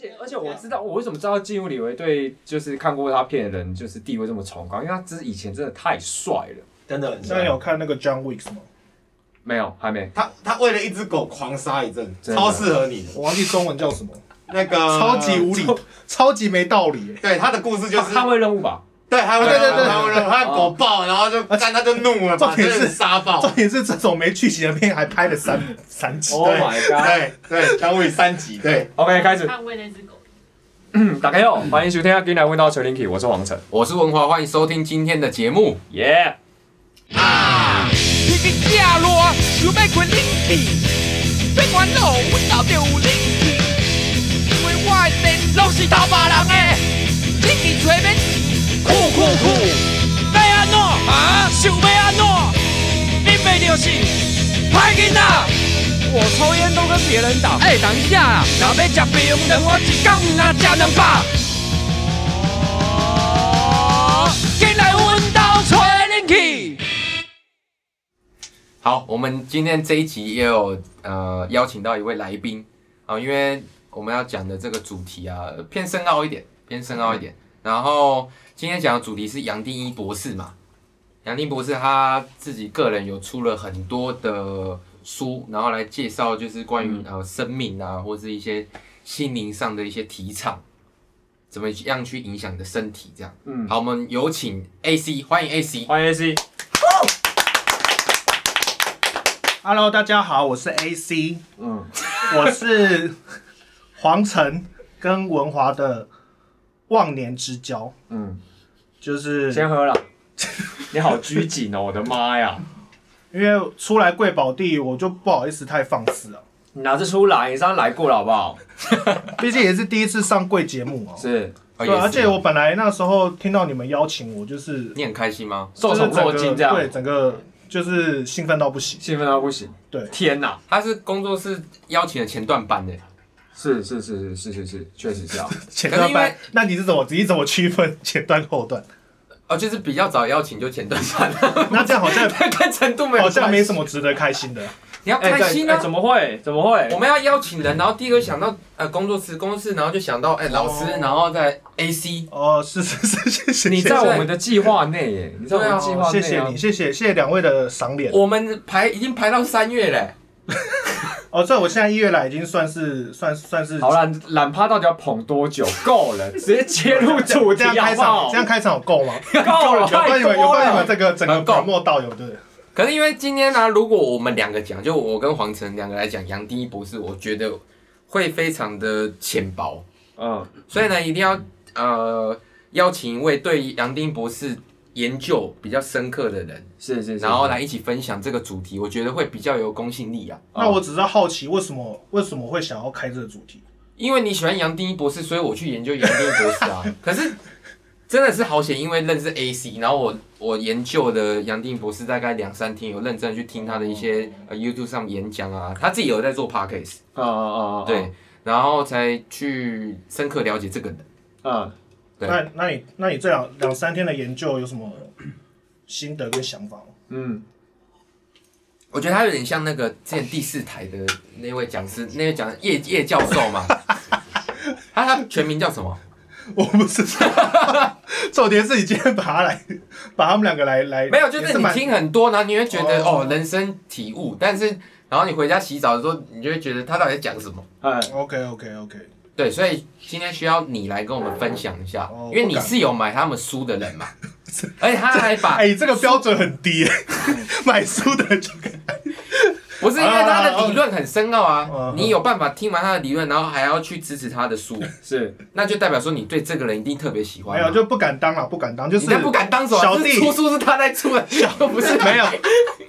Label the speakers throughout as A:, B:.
A: 且而且我知道，我为什么知道金武李维对就是看过他片的人就是地位这么崇高，因为他之以前真的太帅了。
B: 真的很
C: 现在
B: 帅。
C: 有看那个 John Wick 吗？
A: 没有，还没。
B: 他他为了一只狗狂杀一阵，
A: 真的
B: 超适合你的。
C: 我忘记中文叫什么，
B: 那个
C: 超级无理，超级没道理耶。
B: 对他的故事就是
A: 捍卫任务吧？
B: 对，还有
C: 对对对哦
B: 还有他的狗爆，然后就但他就怒了，把 这
C: 重点是
B: 个人杀爆
C: 重。点是这种没剧情的片还拍了三三集，
A: Oh my god！
B: 对对，单位三级，对，
A: OK，开始。
D: 捍卫那只狗。
A: 嗯，打开哟，欢迎收听《今来问到陈林 k 我是王晨。
E: 我是文华，欢迎收听今天的节目。
A: 耶、
F: 你去赤裸，想要滚冷气，别烦恼，阮家就有冷气，因为我的电拢是偷别人的，冷气吹免钱，酷酷酷，要安怎啊？想要安怎？你袂就是歹囡仔。我抽烟都跟别人打。哎、等一下啦，若要吃冰糖，我一天若吃啊两百。哦，进来阮家找恁去。
E: 好，我们今天这一集也有呃邀请到一位来宾啊、因为我们要讲的这个主题啊偏深奥一点，偏深奥一点。然后今天讲的主题是杨定一博士嘛，杨定一博士他自己个人有出了很多的书，然后来介绍就是关于、呃生命啊，或是一些心灵上的一些提倡，怎么样去影响你的身体这样。
A: 嗯
E: 好，我们有请 AC，欢迎 AC。
A: 欢迎 AC。
C: Hello，大家好，我是 AC，
A: 嗯，
C: 我 是黄晨跟文华的忘年之交，
A: 嗯，
C: 就是
A: 先喝了。你好拘谨哦，我的妈呀！
C: 因为出来贵宝地，我就不好意思太放肆了，
A: 你拿得出来，你上次来过了好不好？
C: 毕竟也是第一次上贵节目哦。
A: 是
E: 哦
C: 对，
E: 也是
C: 而且我本来那时候听到你们邀请我，就是
E: 你很开心吗？
A: 受宠若惊这样，
C: 就是整个对，整个就是兴奋到不行。
A: 兴奋到不行。
C: 对
A: 天哪！
E: 他是工作室邀请的前段班的，
A: 是是是是是是是，确实是这样。
C: 前
E: 可是
C: 段
E: 因为
C: 班，那你是怎么你怎么区分前段后段？
E: 哦，就是比较早邀请就前段班，
C: 那这样好像
E: 但跟程度没
C: 好
E: 有关系
C: 像没什么值得开心的。
E: 你要开心
A: 对
E: 啊
A: 哎！怎么会？怎么会？
E: 我们要邀请人，然后第一个想到呃工作室，工作室，然后就想到哎老师，然后再 AC，
C: 哦，是是是，谢谢
A: 你
C: 谢
A: 在
C: 谢
A: 我们的计划内耶，你在我们的计划内、啊
C: 谢谢你，。谢谢谢谢两位的赏脸。
E: 我们排已经排到三月嘞，
C: 哦，这我现在一月来已经算是算算是
A: 好了，懒趴到底要捧多久？够 了，直接切入主题
C: 这样
A: 好
C: 开
A: 不好
C: 场，这？样开场有够吗？
A: 够了，
C: 有关
A: 太
C: 于有
A: 多
C: 关于你们
A: 了。
C: 这个整个
E: 蛮够
C: 本末倒有对。
E: 可是因为今天呢、如果我们两个讲，就我跟黄晨两个来讲杨第一博士，我觉得会非常的浅薄，
A: 嗯，
E: 所以呢，一定要呃邀请一位对杨定一博士研究比较深刻的人。
A: 是是是。
E: 然后来一起分享这个主题，我觉得会比较有公信力啊。
C: 那我只是好奇，为什么为什么会想要开这个主题？
E: 因为你喜欢杨定一博士，所以我去研究杨定一博士啊。可是真的是好险，因为认识 AC，然后我我研究的杨定一博士大概两三天，有认真地去听他的一些呃 YouTube 上演讲啊，他自己有在做 Podcast，
A: 嗯，嗯嗯嗯，
E: 对，然后才去深刻了解这个人。
A: 嗯，
E: 对
C: 那那你那你这两两三天的研究有什么心得跟想法吗？
A: 嗯
E: 我觉得他有点像那个之前第四台的那位讲师，那位讲叶叶教授嘛，他他全名叫什么？
C: 我不知 道，重点是你今天把他来，把他们两个来来，
E: 没有，就是你
C: 蛮
E: 听很多，然后你会觉得
C: 哦
E: 哦人生体悟，但是然后你回家洗澡的时候，你就会觉得他到底在讲什么？
A: 嗯，
C: OK OK OK，
E: 对，所以今天需要你来跟我们分享一下
C: 哦，
E: 因为
C: 不
E: 你
C: 敢
E: 是有买他们书的人嘛，而且他还把
C: 哎、这个标准很低、欸，买书的人就可以。
E: 不是因为他的理论很深奥
C: 哦
E: 啊，你有办法听完他的理论，然后还要去支持他的书，
A: 是
E: 那就代表说你对这个人一定特别喜欢
C: 没
E: 嘛。
C: 有就不敢当了，不敢当，就
E: 你
C: 是
E: 那不敢当什么？
C: 小
E: 是
C: 弟
E: 出书是他在出的，又不是
C: 没有，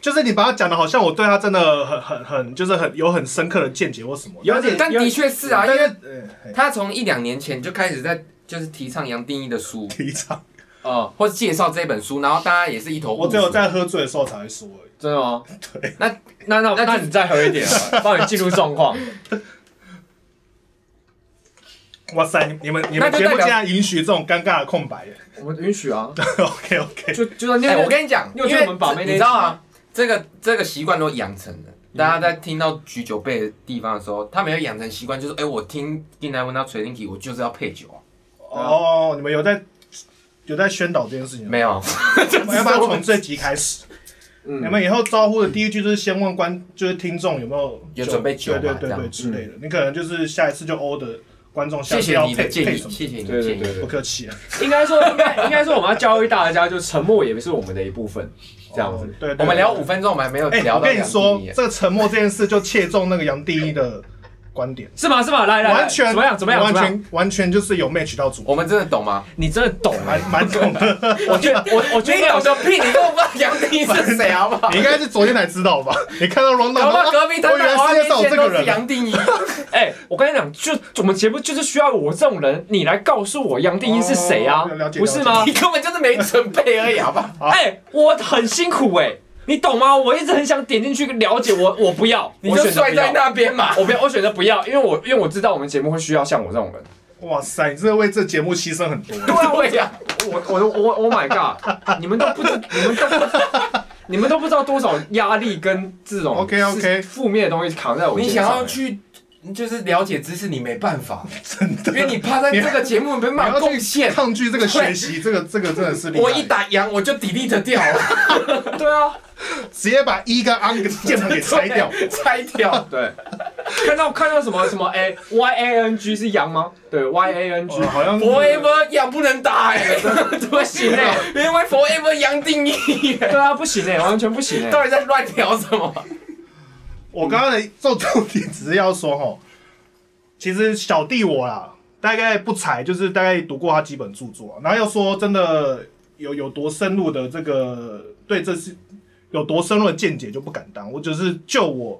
C: 就是你把他讲的好像我对他真的很很很，就是很有很深刻的见解或什么。
A: 有点
E: 但的确是啊，因为
C: 呃，嘿
E: 他从一两年前就开始在就是提倡杨定一的书，
C: 提倡，
A: 哦，
E: 或是介绍这本书，然后大家也是一头雾
C: 我
E: 水。
C: 只有在喝醉的时候才会说而已。
A: 真的吗？
C: 对，
A: 那那那
E: 那就
A: 那你再喝一点 吧，帮你进入状况。
C: 哇塞，你你们你们
E: 那就
C: 节
E: 代
C: 目
E: 表
C: 竟然允许这种尴尬的空白耶
A: 我们允许啊，
C: ？OK OK，
A: 就就算
E: 哎、我跟你讲，啊
A: 你
E: 因
A: 有觉
E: 为
A: 得我们把妹那一
E: 你知道吗？这个这个习惯都养成了，
C: 嗯
E: 大家在听到举酒杯的地方的时候，他们要养成习惯，就是哎、我听进来闻到垂听体，我就是要配酒啊。
C: 哦，你们有在有在宣导这件事情吗？
E: 没有，
C: 我 要不要从这集开始？
A: 嗯
C: 你们以后招呼的第一句就是先问观，就是听众有没有
E: 有准备酒嘛
C: 对对
E: 这
C: 对对
E: 样
C: 之类的。你可能就是下一次就 order 观众下
E: 谢
C: 次
E: 谢
C: 要
E: 你的
C: 配
E: 建
C: 配
E: 议，
C: 什么，
E: 谢谢你的
A: 对对
E: 建议。
A: 对对
C: 不客气啊。
A: 应该说，应该应该说，我们要教育大家，就沉默也是我们的一部分，这样
C: 哦
A: 子。
C: 对，对
E: 我们聊
C: 对
E: 五分钟，我们还没有
C: 哎、
E: 聊
C: 我
E: 到啊
C: 跟你
E: 杨
C: 说
E: 定一，
C: 这个沉默这件事就切中那个杨定一的观点，
A: 是吗？是吗？来来，来
C: 完全
A: 怎么样？怎么样？
C: 完
A: 怎么样？
C: 全完全就是有 match 到主，
E: 我们真的懂吗？
A: 你真的懂啊！
C: 蛮蛮懂的。
A: 我觉 得我我觉
E: 你
A: 得
E: 懂个屁！你跟我道杨定一是谁好不好
C: 你？应该是昨天才知道吧？你看到 r o n d
E: 搞不好
C: o
E: 隔壁摊
C: 我
E: 的
C: 原来世界上有这个
E: 都是
C: 人。啊
E: 杨定一，
A: 哎、我跟你讲，就我们节目就是需要我这种人，你来告诉我杨定一是谁啊、
C: 哦了解
A: 不是吗
E: 你？根本就是没准备而已，好不好？
C: 好
A: 哎、我很辛苦哎、你懂吗？我一直很想点进去了解我，我不要，
E: 你
A: 我
E: 就
A: 选择
E: 帅
A: 不要
E: 在，那边嘛。
A: 我不要，我选择不要，因为我因为我知道我们节目会需要像我这种人。
C: 哇塞，你真的为这节目牺牲很多。
E: 对啊呀，
A: 啊我我我 Oh my god！你们都不知，你们都不你们都不知道多少压力跟这种
C: OK，OK
A: 是负面的东西扛在我
E: 你
A: 肩上
E: 想
A: 欸
E: 要去就是了解知识，你没 办法，因为你怕在这个节目里面
C: 你
E: 骂
C: 要
E: 贡
C: 去
E: 献。
C: 抗拒这个学习，这个这个真的是厉害
E: 我一打烊我就 delete 掉了，
A: 对啊，
C: 直接把一跟 on 的键盘给拆掉。
E: 拆 掉。
A: 对，看到看到什么什么哎、y A N G 是羊吗？对，Y A N G
C: 哦好像是
E: Forever 杨不能打哎，
A: 不行哎、
E: 因为 Forever 杨定义欸，
A: 对啊，不行哎、完全不 行哎、
E: 到底在乱聊什么？
C: 我刚刚的重重点只是要说吼，其实小弟我啦，大概不才就是大概读过他几本著作啊、然后要说真的有有多深入的这个对这是有多深入的见解就不敢当，我只是就我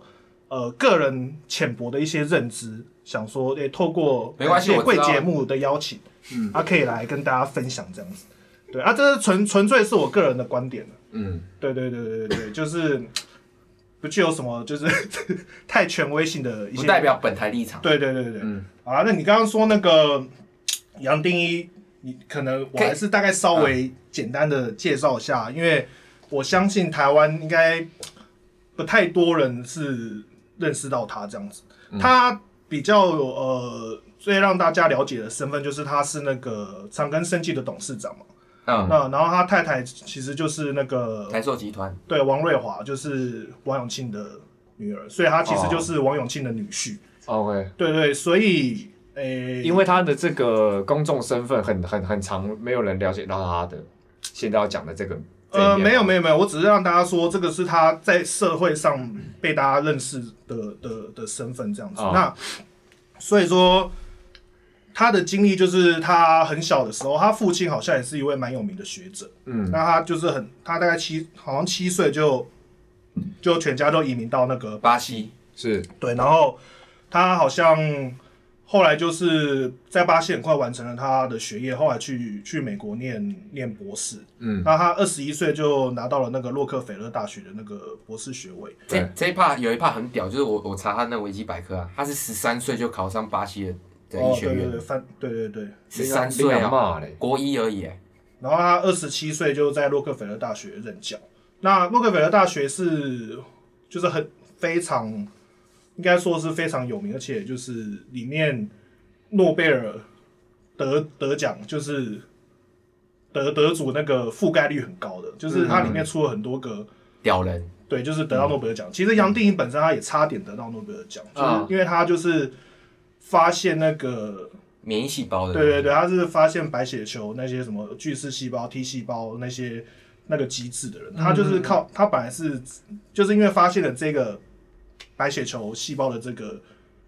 C: 呃个人浅薄的一些认知，想说诶、透过
E: 没关系
C: 感谢
E: 我
C: 贵
E: 知道
C: 节目的邀请，嗯，他、可以来跟大家分享这样子，对啊，这是纯纯粹是我个人的观点啊
A: 嗯，
C: 对对对对对对，就是不具有什么就是 太权威性的一些，
E: 不代表本台立场。
C: 对对对对对，
A: 嗯
C: 好啦，那你刚刚说那个杨定一，你可能我
E: 可以嗯
C: 还是大概稍微简单的介绍一下，因为我相信台湾应该不太多人是认识到他这样子，
E: 嗯
C: 他比较呃最让大家了解的身份就是他是那个长庚生技的董事长嘛，
E: 嗯，
C: 那然后他太太其实就是那个
E: 台塑集团
C: 对，王瑞华就是王永庆的女儿，所以她其
A: 哦
C: 实就是王永庆的女婿。
A: ，OK，
C: 对对，所以诶，
A: 因为他的这个公众身份很很很长，没有人了解到他的现在要讲的这个。
C: 呃，没有没
A: 有，
C: 有没有，我只是让大家说这个是他在社会上被大家认识的的的身份这样子。
A: 哦
C: 那所以说他的经历就是他很小的时候，他父亲好像也是一位蛮有名的学者。
A: 嗯，
C: 那他就是很，他大概七好像七岁就就全家都移民到那个
E: 巴西，
A: 是，
C: 对，然后他好像后来就是在巴西很快完成了他的学业，后来去去美国念念博士。
A: 嗯，
C: 那他二十一岁就拿到了那个洛克菲勒大学的那个博士学位。
E: 这
A: 对
E: 这一 part 有一 part 很屌，就是我我查他那维基百科啊，他是十三岁就考上巴西的的医
C: 哦，
E: 学
C: 对对对，
E: 院，
C: 翻对对对。
E: 十三岁啊，
A: 骂嘞，
E: 国一而已欸。
C: 然后他二十七岁就在洛克菲勒大学任教。那洛克菲勒大学是就是很非常，应该说是非常有名，而且就是里面诺贝尔得得奖就是得得主那个覆盖率很高的，就是它里面出了很多个。
E: 屌人，
C: 对，就是得到诺贝尔奖。其实杨定一本身他也差点得到诺贝尔奖，就是
A: 啊
C: 因为他就是发现那个
E: 免疫细胞的，
C: 对对对，，他是发现白血球那些什么巨噬细胞、T 细胞那些那个机制的人，他就是靠他本来是就是因为发现了这个白血球细胞的这个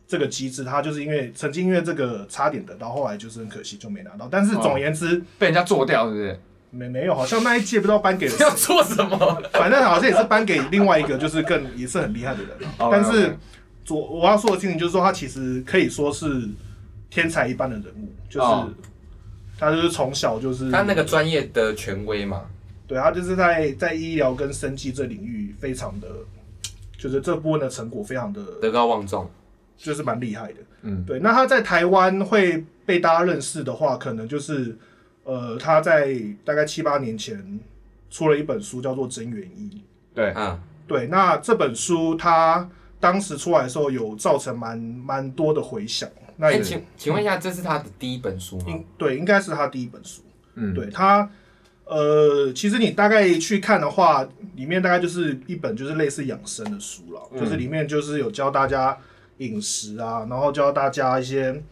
C: 这个机制，他就是因为曾经因为这个差点得到，后来就是很可惜就没拿到。但是总而言之，
A: 被人家做掉是不是？
C: 没没有，好像那一届不知道颁给了谁
E: 要做什么？
C: 反正好像也是颁给另外一个，就是更也是很厉害的人啊。
A: OK，OK
C: 但是昨我要说的事情就是说，他其实可以说是天才一般的人物，就是、
A: 哦
C: 他就是从小就是
E: 他那个专业的权威嘛，
C: 对他就是在在医疗跟生计这领域非常的，就是这部分的成果非常的，
E: 德高望重，
C: 就是蛮厉害的。
A: 嗯，
C: 对。那他在台湾会被大家认识的话，可能就是呃，他在大概七八年前出了一本书，叫做《真元一》。
A: 对，
E: 嗯，
C: 对，那这本书它当时出来的时候有造成蛮蛮多的回响，那
E: 哎、
C: 也
E: 请请问一下，这是他的第一本书吗
C: 应？对应该是他第一本书。
A: 嗯，
C: 对它，呃，其实你大概去看的话，里面大概就是一本就是类似养生的书了，就是里面就是有教大家饮食啊，然后教大家一些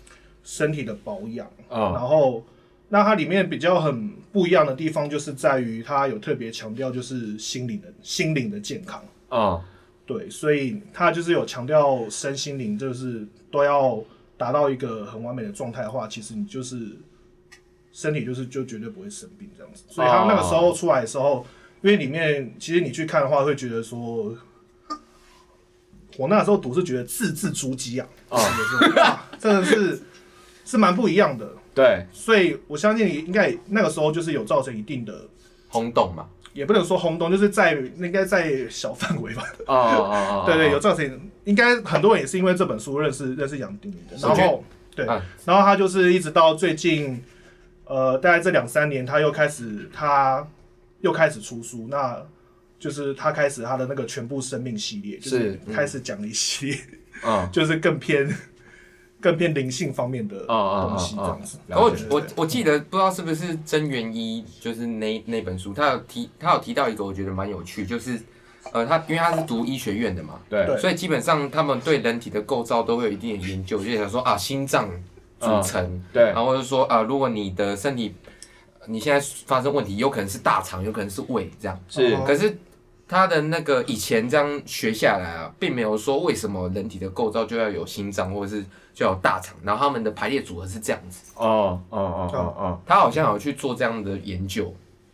C: 身体的保养，
A: 哦，
C: 然后那它里面比较很不一样的地方，就是在于它有特别强调就是心灵的心灵的健康，
A: 哦，
C: 对，所以它就是有强调身心灵就是都要达到一个很完美的状态的话，其实你就是身体就是就绝对不会生病这样子。所以他那个时候出来的时候，因为里面其实你去看的话，会觉得说。我那时候读是觉得字字珠玑啊，
A: 哦
C: 就是哇真的是是蛮不一样的。
A: 对，
C: 所以我相信你应该也那个时候就是有造成一定的，
E: 轰动嘛？
C: 也不能说轰动，就是在应该在小范围吧。
A: 哦哦哦，
C: 对对，有造成应该很多人也是因为这本书认识认识杨定一的。然后对，
A: 啊
E: 嗯
C: 然后他就是一直到最近，呃，大概这两三年，他又开始他又开始出书，那就是他开始他的那个全部生命系列，就是
A: 是嗯
C: 开始讲了一系列，
A: 嗯，
C: 就是更偏更偏灵性方面的
A: 哦哦
C: 东西这
A: 哦
C: 样子。
A: 哦，
E: 我
A: 了解
E: 我我记得不知道是不是真元一，就是那那本书，他有提他有提到一个我觉得蛮有趣，就是呃，他因为他是读医学院的嘛，
A: 对，
C: 对
E: 所以基本上他们对人体的构造都会有一定的研究，就想说啊，心脏组成，
A: 对
E: 然后就说啊，如果你的身体你现在发生问题，有可能是大肠，有可能是胃这样。
A: 是
C: 哦
E: 可是他的那个以前这样学下来啊，并没有说为什么人体的构造就要有心脏，或者是就要有大肠，然后他们的排列组合是这样子。
A: 哦哦哦哦
E: 他好像有去做这样的研究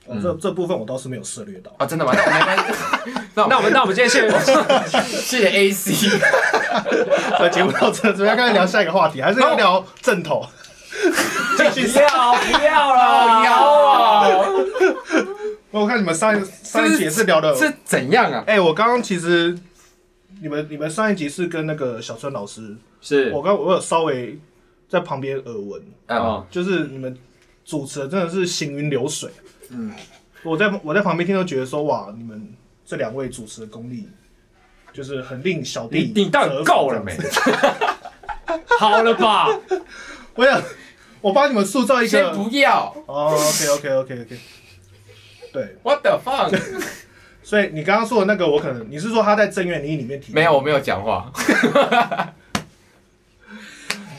A: 嗯
C: 哦这这部分我倒是没有涉猎到。
E: 啊，真的吗？那我们没关系， 那
A: 哦，那我们那我们今天先，
E: 谢谢 AC。
C: 那节目到这，准备要开始聊下一个话题，还是要聊 正头？继续
A: 不要不要了，
E: 不要
A: 了，
C: 我看你们上一上一集也是聊的，
E: 是怎样啊？
C: 哎、我刚刚其实你们你们上一集是跟那个小春老师，
A: 是
C: 我，刚我有稍微在旁边耳闻，
E: 啊，
A: 哦
C: 就是你们主持的真的是行云流水，嗯，我在我在旁边听都觉得说哇，你们这两位主持的功力就是很令小弟
A: 你你到
C: 折
A: 底
C: 服
A: 够了
C: 这样
A: 没
C: 子？？
A: 好了吧？
C: 我想我帮你们塑造一
E: 先
C: 个
E: 不要
C: 哦，OK OK OK OK，对。
E: ，What the fuck？
C: 所以你刚刚说的那个，我可能你是说他在《正愿一》里面提到
E: 没有，我？没有讲话。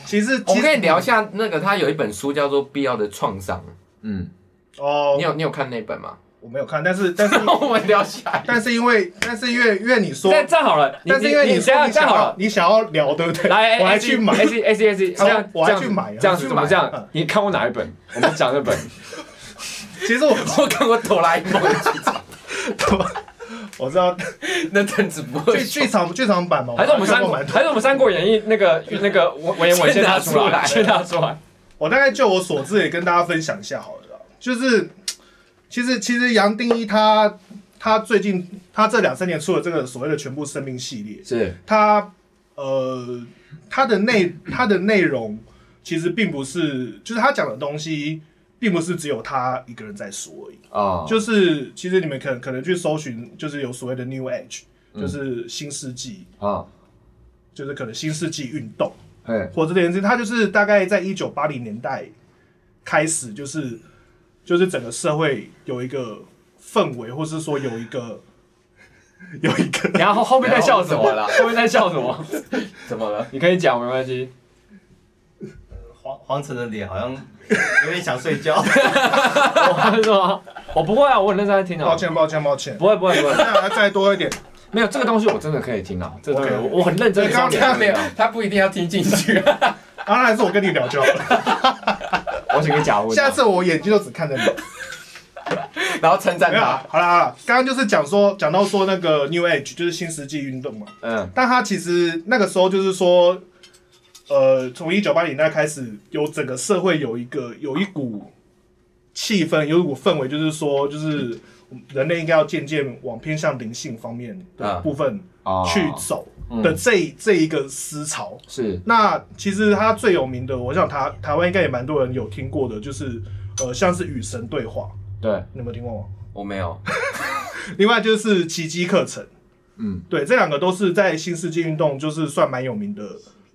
C: 其实其
E: 我们
C: 实
E: 可以聊一下那个，他有一本书叫做《必要的创伤》，
A: 嗯，
C: 哦
E: 你，有你有看那本吗？
C: 我没有看，但是但是
E: 我们聊下一
C: 但是因为但是因为因为你说，
A: 这这样好了，你
C: 但是
A: 你
C: 因为
A: 你这
C: 说
A: 样
C: 你
A: 这
C: 想
A: 样好
C: 要
A: 了。
C: 你想要聊，对不对？
A: 来，
C: 我还去买
A: S S S，这样
C: 我
A: 这
C: 还
A: 样
C: 去
A: 子
C: 买啊
A: 这样
E: 我还去
A: 子怎
E: 买
A: 么这
C: 嗯
A: 样？你看过哪一本？我们讲那 本，
C: 其实我
E: 我看过《哆啦 A 梦》的剧场，
C: 我知道
E: 那阵子不会
C: 剧
E: 说
C: 剧场剧场版嘛，
A: 还是我们
C: 看
A: 三
C: 过
A: 国，
C: 蛮多。
A: 还是我们三国演义那个那个文文言文
E: 先
A: 先
E: 拿
A: 拿
E: 出
A: 出
E: 来
A: 来，先拿出来。
C: 我大概就我所知也跟大家分享一下好了啦，就是其实其实杨定一他他最近他这两三年出了这个所谓的全部生命系列，
A: 是
C: 它呃，它的内它的内容其实并不是，就是他讲的东西，并不是只有他一个人在说而已。
A: 啊，
C: 就是其实你们可可能去搜寻，就是有所谓的 New Age，就是新世纪，
A: 啊，
C: 就是可能新世纪运动，
A: 哎，
C: 或者这件事，它就是大概在一九八零年代开始，就是就是整个社会有一个氛围，或是说有一个有一个
A: 然后后面在笑什么
E: 然后
A: 啦？后面在笑什么？
E: 怎么了？
A: 你可以讲，没关系。
D: 黄黄晨的脸好像有点想睡觉。
A: 我是吗？我不会啊，我很认真在听
C: 抱
A: 啊。
C: 歉抱歉抱歉，
A: 不会不会不会，
C: 那再多一点。
A: 没有这个东西我真的可以听啊，这个东西
C: OK
A: 我我很认真。
C: 刚
E: 他没有，他不一定要听 进去。
C: 当然还是我跟你聊就好了。
A: 我请你假问啊。
C: 下次我眼睛就只看着你。
E: 然后称 赞
C: 没有
E: 他
C: 啊，好啦好啦，刚刚就是讲说讲到说那个 New Age 就是新世纪运动嘛，
A: 嗯
C: 但它其实那个时候就是说，呃，从一九八零年代开始，有整个社会有一个有一股气氛，有一股氛围，就是说，就是人类应该要渐渐往偏向灵性方面的
E: 嗯
C: 部分
A: 哦
C: 去走的这一、这一个思潮。
A: 是
C: 那其实他最有名的，我想台台湾应该也蛮多人有听过的，就是呃，像是与神对话，
A: 对
C: 你有没有听过吗？
E: 我没有，
C: 另外就是奇迹课程，
A: 嗯，
C: 对，这两个都是在新世纪运动就是算蛮有名的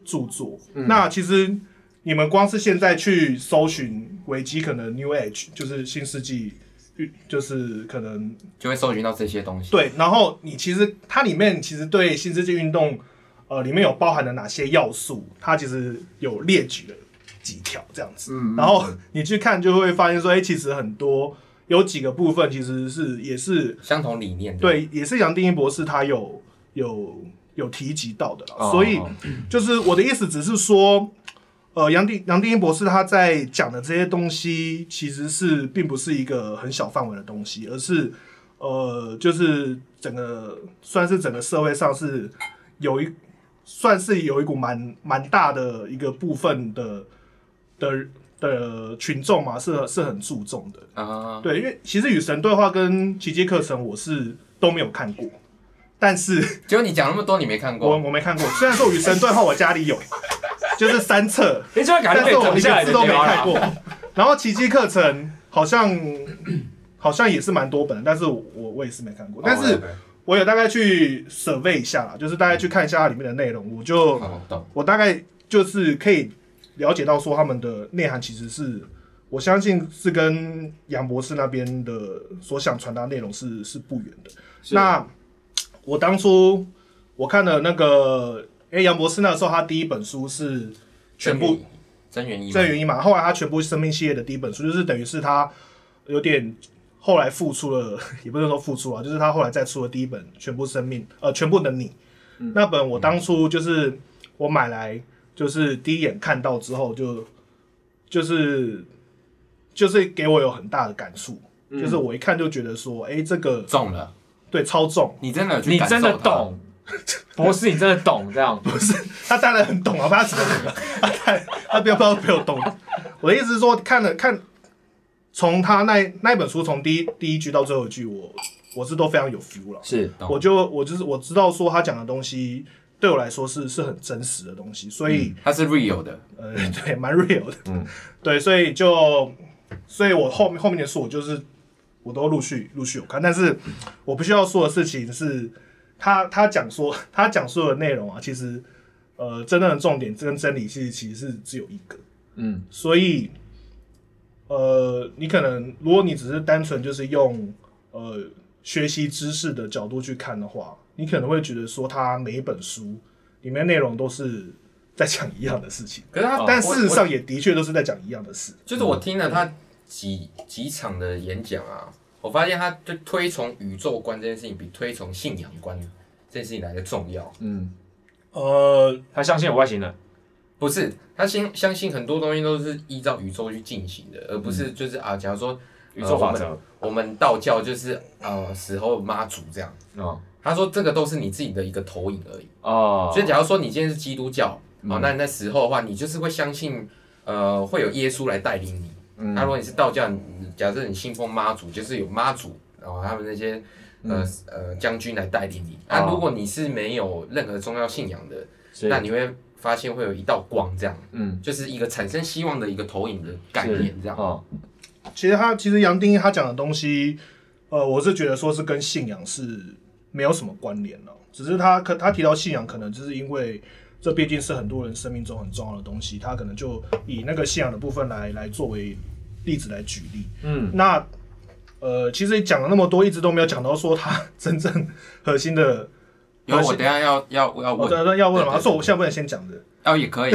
C: 著作。
A: 嗯
C: 那其实你们光是现在去搜寻维基，可能 New Age 就是新世纪运，就是可能
E: 就会搜寻到这些东西。，
C: 对，然后你其实它里面其实对新世纪运动，呃，里面有包含了哪些要素，它其实有列举了几条这样子。
A: 嗯
C: 然后你去看就会发现说，哎、其实很多有几个部分其实是也是
E: 相同理念的。
C: 对，也是杨定一博士他有有有提及到的啦。
E: 哦，
C: 所以
E: 哦
C: 就是我的意思，只是说，呃，杨定杨定一博士他在讲的这些东西，其实是并不是一个很小范围的东西，而是呃，就是整个算是整个社会上是有一算是有一股蛮蛮大的一个部分的的的群众嘛，是是很注重的。
E: 啊，
C: 对，因为其实《与神对话》跟《奇迹课程》我是都没有看过，但是
E: 结果你讲那么多，你没看
C: 我
A: 哦
E: 过，
C: 我没看过。虽然说《与神对话》我家 里有，就是三册，
A: 你这样感
C: 但
A: 觉被
C: 是我
A: 整
C: 一
A: 下来的
C: 个字都没
A: 对吧
C: 看过。然后《奇迹课程》好像好像也是蛮多本的，但是我我我也是没看
A: 哦
C: 过。但是我有大概去 survey 一下啦，就是大概去看一下它里面的内容，我就
E: 哦懂
C: 我大概就是可以了解到说他们的内涵其实是，我相信是跟杨博士那边的所想传达内容是是不远的。那我当初我看了那个，哎、杨博士那时候他第一本书是全部
E: 真元一吗，
C: 郑云一嘛，后来他全部生命系列的第一本书，就是等于是他有点后来复出了， 也不是说复出啊，就是他后来再出的第一本《全部生命》呃，《全部的你》那本，我当初就是我买来，就是第一眼看到之后就就是就是给我有很大的感触，就是我一看就觉得说，哎、这个
E: 中了，
C: 对超重，
E: 你真的有去
A: 你
E: 感受
A: 真的
E: 它，
A: 懂，博士，你真的懂这样。
C: 他当然很懂啊，不然他怎么他当然他不要不要比我懂。我的意思是说，看了看，从他那那一本书从第一第一句到最后一句，我我是都非常有 feel 了。
A: 是
E: 懂
C: 我就我就是我知道说他讲的东西对我来说是是很真实的东西，所以、
E: 它是 real 的，
C: 呃 对蛮 real 的。 对，所以就所以我后面后面的书我就是我都陆续陆续有看，但是我必须要说的事情是，他他讲说他讲述的内容啊，其实呃真正的重点跟真理其实其实是只有一个，
A: 嗯，
C: 所以呃你可能如果你只是单纯就是用呃学习知识的角度去看的话，你可能会觉得说他每一本书里面内容都是在讲一样的事情。
E: 可是
A: 哦
E: 它，
C: 但
E: 啊我
C: 事实上，也的确都是在讲一样的事。
E: 就是我听了他几几场的演讲啊，我发现他就推崇宇宙观这件事情比推崇信仰观这件事情来的重要。
C: 呃，
A: 嗯他相信有外星人，
E: 不是，他相相信很多东西都是依照宇宙去进行的，而不
A: 嗯
E: 是就是啊，假如说
A: 宇宙法
E: 呃
A: 则。
E: 我们道教就是呃死后妈祖这样。
A: 哦
E: 他说这个都是你自己的一个投影而已。
A: 哦嗯
E: 所以，假如说你今天是基督教，哦，那你在死后的话，你就是会相信呃会有耶稣来带领你。
A: 嗯
E: 那、如果你是道教，你假设你信奉妈祖，就是有妈祖，然、后他们那些呃、呃将军来带领你。那、
A: 嗯哦
E: 如果你是没有任何宗教信仰的，
A: 是
E: 那你会发现会有一道光，这样
A: 嗯
E: 就是一个产生希望的一个投影的概念，这样。
A: 哦
C: 其实他其实杨定一他讲的东西，呃，我是觉得说是跟信仰是没有什么关联了、只是他可他提到信仰，可能就是因为这毕竟是很多人生命中很重要的东西，他可能就以那个信仰的部分来来作为例子来举例。
A: 嗯
C: 那呃，其实讲了那么多，一直都没有讲到说他 真正核心的，
E: 因啊为我等一下要要要
C: 我
E: 问，
C: 要问
E: 对
C: 嘛，
E: 对
C: 说我现在不能先讲的，
E: 哦也可以，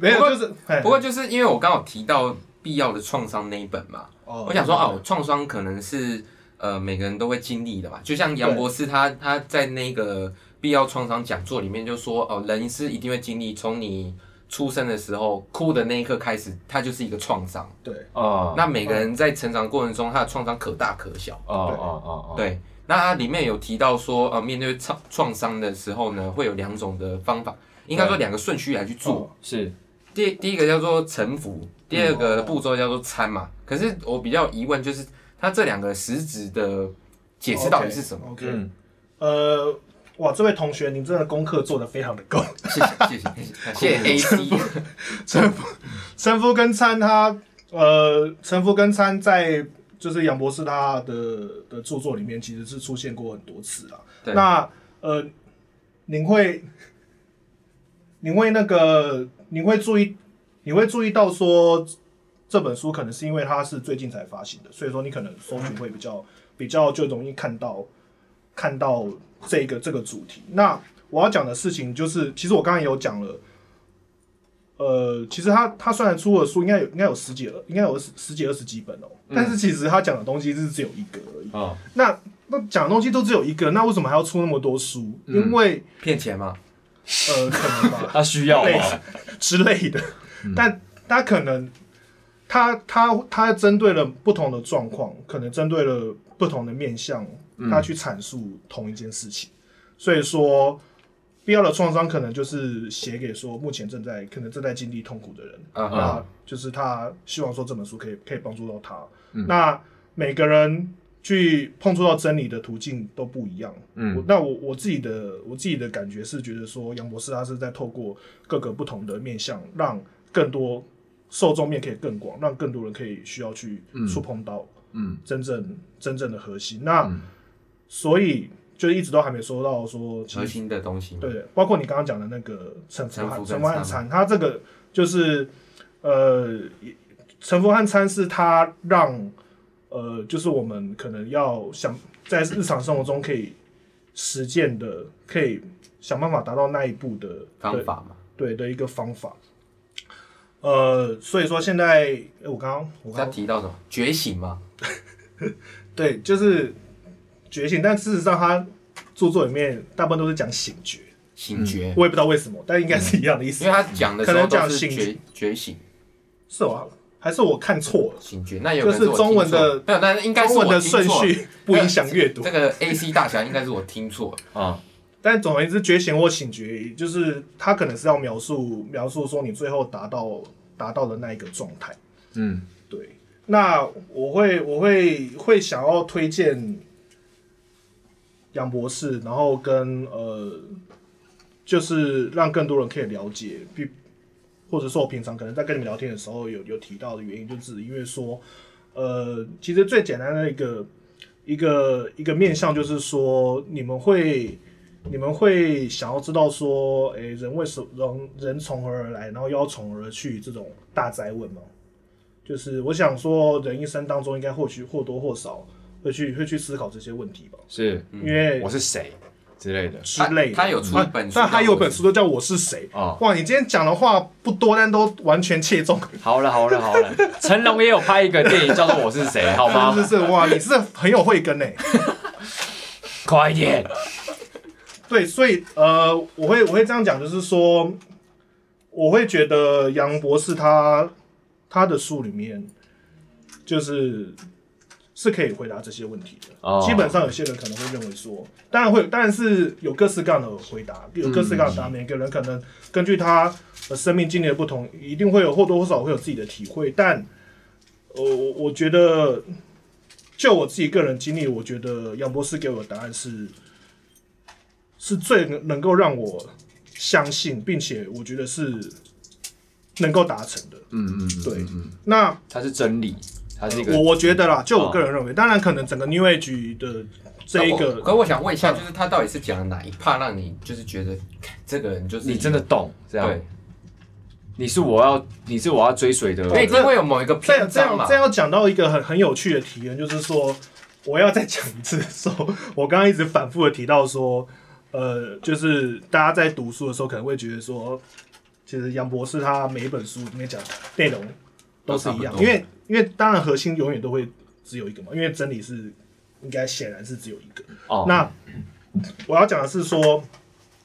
C: 没有
E: 不过
C: 就是，哎
E: 不过就是因为我刚好提到必要的创伤那一本嘛，
C: 哦
E: 我想说哦，创伤可能是呃每个人都会经历的嘛，就像杨博士他他在那个必要创伤讲座里面就说哦，人是一定会经历，从你出生的时候哭的那一刻开始，它就是一个创伤。
C: 对。
A: 哦
E: 那每个人在成长过程中，他的创伤可大可小。
A: 哦哦哦哦，
E: 对，那它里面有提到说，呃，面对创创伤的时候呢，会有两种的方法，应该说两个顺序来去做。
A: 是
E: 第第一个叫做臣服，第二个步骤叫做参嘛。可是我比较疑问就是，它这两个实质的解释到底是什么？
C: ？OK，,
A: 嗯
C: 呃，哇，这位同学，您真的功课做得非常的够。
E: 谢谢谢谢谢谢 A C，
C: 神夫跟参他，呃，神夫跟参在就是杨博士他的的著作里面其实是出现过很多次啊。
E: 对
C: 那呃，您会，您会那个，您会注意，你会注意到说这本书可能是因为它是最近才发行的，所以说你可能搜寻会比较比较就容易看到看到这个这个主题。那我要讲的事情就是，其实我刚才有讲了。呃，其实他他虽然出的书应该有应该有十几了，应该有十十几二十几本哦，但是其实他讲的东西是只有一个而已。
A: 哦，
C: 那那讲的东西都只有一个，那为什么还要出那么多书？因为
E: 骗钱嘛，
C: 呃，可能吧，
A: 他需要
C: 类
A: 吗？
C: 之类的， 但他可能他他他针对了不同的状况，可能针对了不同的面向，他去阐述同一件事情，所以说。必要的创伤可能就是写给说目前正在可能正在经历痛苦的人，
E: 嗯哼
C: 那就是他希望说这本书可以可以帮助到他。那每个人去碰触到真理的途径都不一样。
A: 嗯
C: 我那我我自己的我自己的感觉是觉得说，杨博士他是在透过各个不同的面向，让更多受众面可以更广，让更多人可以需要去触碰到
A: 嗯
C: 真正、真正的核心。那、
E: 嗯
C: 所以就一直都还没收到说，其
E: 核
C: 实
E: 心的东西嘛。
C: 对，包括你刚刚讲的那个陈福汉，
E: 陈
C: 陈
E: 福
C: 福
E: 汉
C: 汉餐，他这个就是呃，也陈福汉餐是他让呃，就是我们可能要想在日常生活中可以实践的，可以想办法达到那一步的
E: 方
C: 的
E: 法嘛，
C: 对的一个方法。呃，所以说现在诶我刚刚我
E: 他
C: 刚刚
E: 提到什么觉醒嘛？
C: 对，就是觉醒，但事实上他著作里面大部分都是讲醒觉，
E: 醒觉，
C: 我也不知道为什么，但应该是一样的意思。
E: 因为他讲的时候
C: 可能
E: 都
C: 讲
E: 是
C: 醒
E: 觉觉醒
C: 是我还是我看错了？
E: 醒觉，那有可能
C: 就是
E: 我
C: 中文
E: 听错
C: 的
E: 没有，那应该是
C: 中文
E: 我
C: 的
E: 听错
C: 顺序不影响阅读
E: 这。个 A C 大侠应该是我听错了，
A: 啊，
C: 但总而言之，觉醒或醒觉，就是他可能是要描述描述说你最后达到达到的那一个状态。
A: 嗯，
C: 对，那我会我会会想要推荐杨博士，然后跟呃，就是让更多人可以了解，比或者说我平常可能在跟你们聊天的时候有有提到的原因，就是因为说，呃，其实最简单的一个一个一个面向就是说，你们会。你们会想要知道说，诶，人为什人人从何而来，然后又要从何而去这种大灾问吗？就是我想说，人一生当中应该或许或多或少会去会去思考这些问题吧，
A: 是
C: 因为
A: 我是谁之类的，
C: 之类的。
E: 嗯
C: 嗯
E: 他他有出一本书
C: 但他有本
E: 叫
C: 书都叫我是谁
A: 哦
C: 哇，你今天讲的话不多，但都完全切中，
A: 好了好了好了，成龙也有拍一个电影叫做《我是谁》，好 吗
C: 是？是是，哇，你是很有慧根呢。
A: 快一点，
C: 对，所以呃，我会我会这样讲，就是说，我会觉得杨博士他他的书里面，就是是可以回答这些问题的。
A: 哦
C: 基本上有些人可能会认为说，当然会，当然是有各式各样的回答，有各式各样的答案。每个人可能根据他呃生命经历的不同，一定会有或多或少会有自己的体会。但呃，我我觉得，就我自己个人经历，我觉得杨博士给我的答案是。是最能能够让我相信，并且我觉得是能够达成的。
A: 嗯嗯，嗯
C: 对，
A: 嗯
C: 那
A: 它是真理，它是一个
C: 我我觉得啦，就我个人认为，当然可能整个 New Age 的这一
E: 可我
C: 个，
E: 可我想问一下，就是他到底是讲哪一 part 让你就是觉得看这个人就是
A: 你真的懂这样
E: 对？，
A: 你是我要，你是我要追随的，
E: 因为一定会有某一个
C: 这
E: 篇
C: 样这
E: 章嘛
C: 样这，样讲到一个很很有趣的体验，就是说，我要再讲一次说，我刚刚一直反复的提到说，呃，就是大家在读书的时候可能会觉得说，其实杨博士他每一本书里面讲的内容都是一
E: 都差
C: 样
E: 不，多
C: 因为因为当然核心永远都会只有一个嘛，因为真理是应该显然是只有一个。
A: 哦
C: 那我要讲的是说，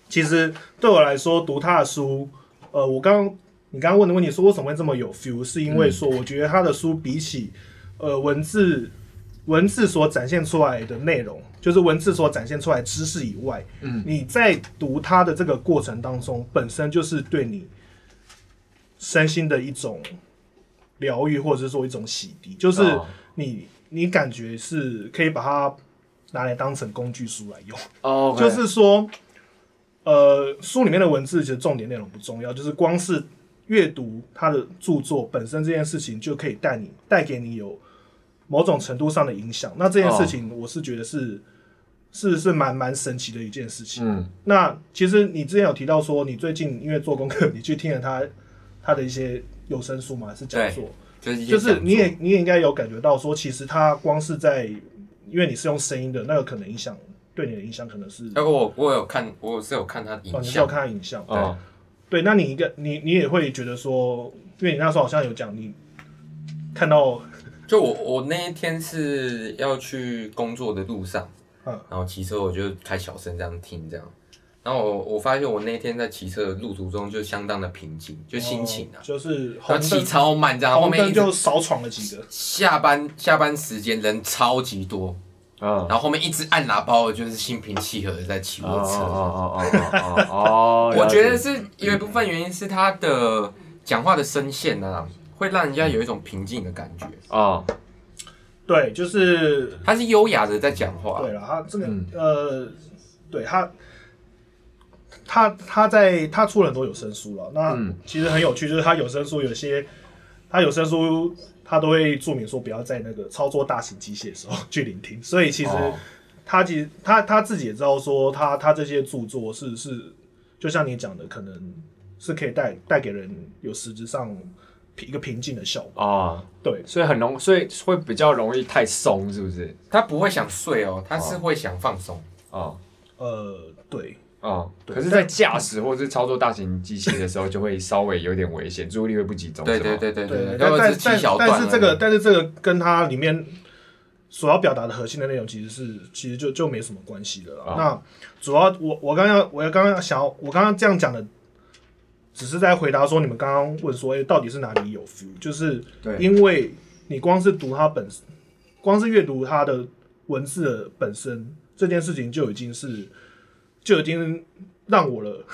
C: 其实对我来说读他的书，呃，我刚刚你刚刚问的问题说为什么会这么有 feel，是因为说我觉得他的书比起呃文字文字所展现出来的内容，就是文字所展现出来的知识以外，嗯，你在读它的这个过程当中，本身就是对你身心的一种疗愈，或者是说一种洗涤，就是
A: 哦
C: 你、你感觉是可以把它拿来当成工具书来用。
A: 哦，OK，
C: 就是说，呃，书里面的文字其实重点内容不重要，就是光是阅读他的著作本身这件事情，就可以带你带给你有某种程度上的影响。那这
E: 哦
C: 件事情，我是觉得是、是是蛮蛮神奇的一件事情。
A: 嗯，
C: 那其实你之前有提到说，你最近因为做功课，你去听了他他的一些有声书嘛，还是讲座，
E: 就是一些
C: 就是
E: 讲
C: 你
E: 座
C: 也你也应该有感觉到说，其实他光是在，因为你是用声音的，那个可能影响对你的影响可能是，
E: 那个我我有看，我是有看他的
C: 哦，
E: 影
C: 你是有
E: 像，
C: 看他影像，
A: 哦，
C: 对，那你一个你你也会觉得说，因为你那时候好像有讲你看到
E: 就我我那一天是要去工作的路上，
C: 嗯
E: 然后骑车我就开小声这样听这样，然后我我发现我那天在骑车的路途中就相当的平静，就心情
C: 哦，
E: 啊
C: 就是
E: 然
C: 红
E: 后骑
C: 灯
E: 超慢这样，后
C: 红
E: 面
C: 灯
E: 一直
C: 就少闯了几个，
E: 下班下班时间人超级多，
A: 嗯，
E: 然后后面一直按喇叭，我就是心平气和的在骑
A: 哦
E: 我的车这样。
A: 哦哦哦哦，
E: 我觉得是有一部分原因是他的讲话的声线啊，会让人家有一种平静的感觉。
A: 啊，
C: 对，就是
E: 他是优雅的在讲话，
C: 对了，他这个、
A: 嗯
C: 呃，对他，他他在他出了很多有声书了。那
A: 嗯
C: 其实很有趣，就是他有声书有些，他有声书他都会注明说不要在那个操作大型机械的时候 去聆听。所以其实
E: 哦
C: 他其实他他自己也知道说他他这些著作是是，就像你讲的，可能是可以带带给人有实质上一个平静的效果。
A: 啊，
C: 对，
A: 所以很容，所以会比较容易太松，是不是？
E: 他不会想睡哦，他是会想放松。
A: 哦
C: 呃，对。
A: 哦，
C: 对
A: 可是，在驾驶或是操作大型机器的时候，就会稍微有点危险，注意力会不集中。是
E: 对
A: 吗
E: 对，对对
C: 对，
E: 如
C: 但
E: 果
C: 但
E: 是七
C: 但
E: 小段而已，
C: 但是这个但是这个跟它里面所要表达的核心的内容其实是其实就就没什么关系的了。
A: 啊
C: 那主要我我刚刚我要刚刚想要我刚刚这样讲的，只是在回答说你们刚刚问说，哎、到底是哪里有 feel？就是
A: 对
C: 因为你光是读它本，光是阅读它的文字的本身这件事情就已经是就已经让我了，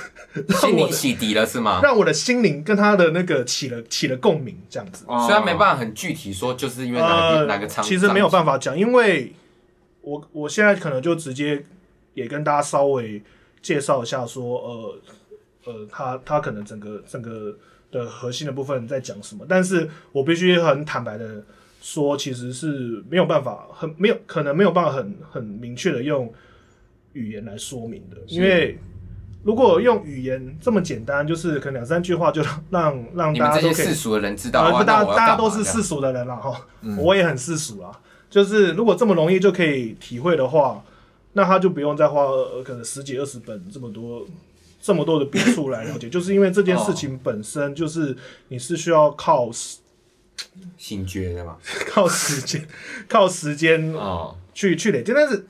C: 让
E: 心
C: 我
E: 灵
C: 的
E: 洗涤了 是吗？
C: 让我的心灵跟他的那个起了起了共鸣，这样子。
A: 哦
E: 虽然没办法很具体说，就是因为哪个地、
C: 呃，
E: 哪个场，
C: 其实没有
E: 法。
C: 办法讲，因为我我现在可能就直接也跟大家稍微介绍一下说，呃呃，他他可能整个整个的核心的部分在讲什么，但是我必须很坦白的说，其实是没有办法很没有可能没有办法很很明确的用语言来说明的，因为。如果用语言这么简单，就是可能两三句话就让让
E: 你
C: 大家
E: 们这
C: 都
E: 些
C: 可以
E: 世俗的人知道
C: 呃，
E: 的话，
C: 不，
E: 啊
C: 大
E: 那我要
C: 大家
E: 干嘛
C: 都是
E: 这样嗯
C: 世俗的人了哈，我也很世俗啊。就是如果这么容易就可以体会的话，那他就不用再花呃可能十几二十本这么多这么多的笔触来 了解，就是因为这件事情本身就是你是需要靠时
E: 醒觉的嘛。
C: 靠时间 靠时间
A: 哦
C: 去去累积，但是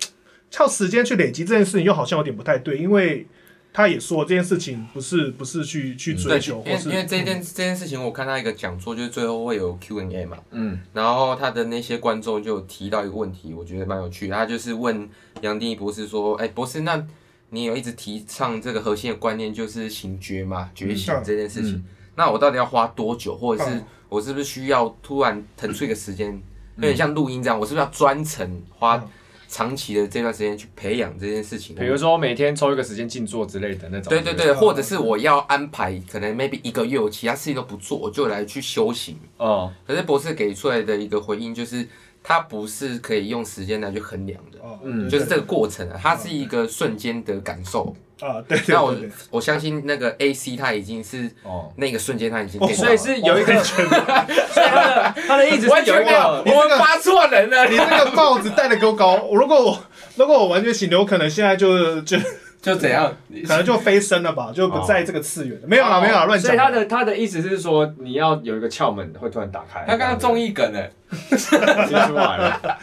C: 靠时间去累积这件事情又好像有点不太对，因为他也说这件事情不是不是去去追
E: 嗯对，
C: 求，
E: 因
C: 或
E: 为
C: 是
E: 因为这件这件事情，我看到一个讲座，就是最后会有 Q&A 嘛，
A: 嗯，
E: 然后他的那些观众就有提到一个问题，我觉得蛮有趣的，他就是问杨定一博士说，哎，博士，那你有一直提倡这个核心的观念就是醒觉嘛，觉醒
C: 嗯
E: 这件事情，
A: 嗯
E: 那我到底要花多久，或者是
C: 嗯
E: 我是不是需要突然腾出一个时间，有点像录音这样，我是不是要专程花
C: 嗯
E: 长期的这段时间去培养这件事情？
A: 比如说每天抽一个时间静坐之类的那种。
E: 对对对，或者是
C: 嗯
E: 我要安排，可能 maybe 一个月我其他事情都不做，我就来去修行。
A: 哦，
E: 可是博士给出来的一个回应就是，他不是可以用时间来去衡量的，
C: 哦
A: 嗯
E: 就是这个过程啊，它是一个瞬间的感受。
C: 啊，对对
E: 那我
C: 对对，
E: 我相信那个 A C 他已经是
A: 哦
E: 那个瞬间他已经给
C: 哦
E: 到
A: 所以
E: 了。
A: 是有 一个，所以他的他的意思
E: 完
A: 是
E: 全
A: 有一
E: 没有，
A: 个
E: 我们发错人 了，
C: 你那个帽子戴的够高，我如果我如果我完全醒了，我可能现在就就
E: 就怎样？
C: 可能就飞升了吧，就不在这个次元了。没有
A: 啊
C: 啦，没有啦，乱
A: 所
C: 讲
A: 以
C: 啦。
A: 他的他的意思是说，你要有一个窍门会突然打开。
E: 他刚刚综艺梗了，
A: 刚接出来了。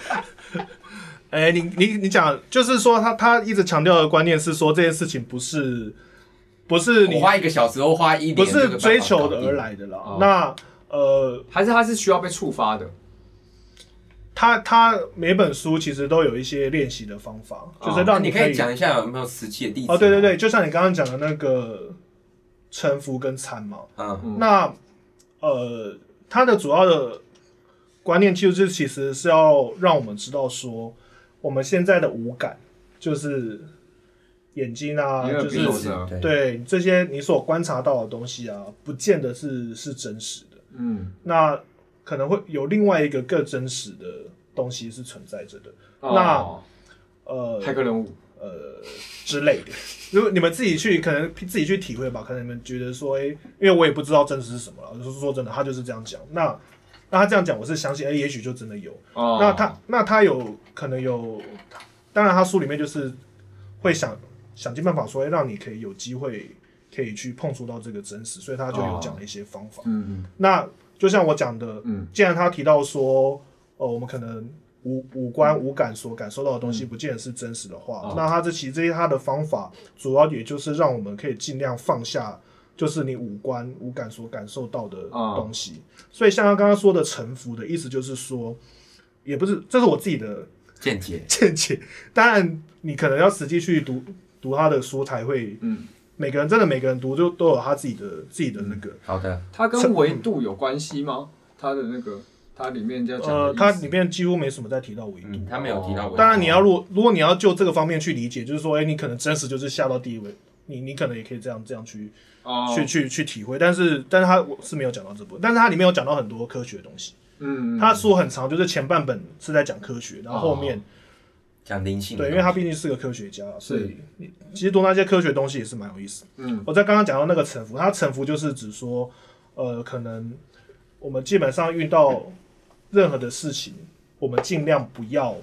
C: 哎、你你你讲，就是说他他一直强调的观念是说这件事情不是不是
E: 我
C: 你
E: 花一个小时或花一年，
C: 不是追求的而。来的啦。
A: 哦
C: 那呃，
A: 还是他是需要被触发的，
C: 他他每本书其实都有一些练习的方法，就是让
E: 你
C: 可
E: 可
C: 以
E: 以讲一下有没有实际的例子？
C: 哦，对对，对，就像你刚刚讲的那个臣服跟参嘛，
E: 嗯。
A: 嗯
C: 那呃，它的主要的观念就是其实是要让我们知道说，我们现在的五感就是眼睛啊，
A: 因为
C: 就
A: 鼻
C: 是
A: 子啊，
C: 对这些你所观察到的东西啊，不见得是是真实的。
A: 嗯，
C: 那可能会有另外一个更真实的东西是存在着的，
A: 哦
C: 呃，
A: 骇客任务，
C: 呃之类的。如果你们自己去，可能自己去体会吧。可能你们觉得说，哎、因为我也不知道真实是什么了。就是说真的，他就是这样讲。那那他这样讲，我是相信，哎、也许就真的有。
A: 哦
C: 那他那他有可能有，当然他书里面就是会想想尽办法说，哎、让你可以有机会可以去碰触到这个真实，所以他就有讲了一些方法。
A: 嗯
C: 那就像我讲的，
A: 嗯
C: 既然他提到说，呃，我们可能五五官五感所感受到的东西不见得是真实的话，
A: 嗯哦
C: 那他这其实这些他的方法，主要也就是让我们可以尽量放下，就是你五官五感所感受到的
A: 哦
C: 东西。所以像他刚刚说的臣服的意思，就是说，也不是，这是我自己的
E: 见解。
C: 见解。当然，你可能要实际去读读他的书才会，
A: 嗯，
C: 每个人真的每个人读就都有他自己的自己的那个。
E: 好的，
A: 它跟维度有关系吗？它的那个，它里面要讲的
C: 呃，
A: 意思
C: 它里面几乎没什么在提到维度。
E: 嗯，他没有提到我。
C: 当然，你要如果如果你要就这个方面去理解，就是说，哎、你可能真实就是下到第一位，你你可能也可以这样这样去、
A: 哦，
C: 去去去体会。但是，但是它我是没有讲到这部分，但是它里面有讲到很多科学的东西。
A: 嗯，
C: 它书很长，就是前半本是在讲科学，然后后面、
E: 讲灵性的
C: 对，
E: 东西，
C: 因为他毕竟是个科学家，所以你其实读那些科学东西也是蛮有意思的。
A: 嗯
C: 我在刚刚讲到那个沉浮，它沉浮就是指说，呃，可能我们基本上遇到任何的事情，我们尽量不要，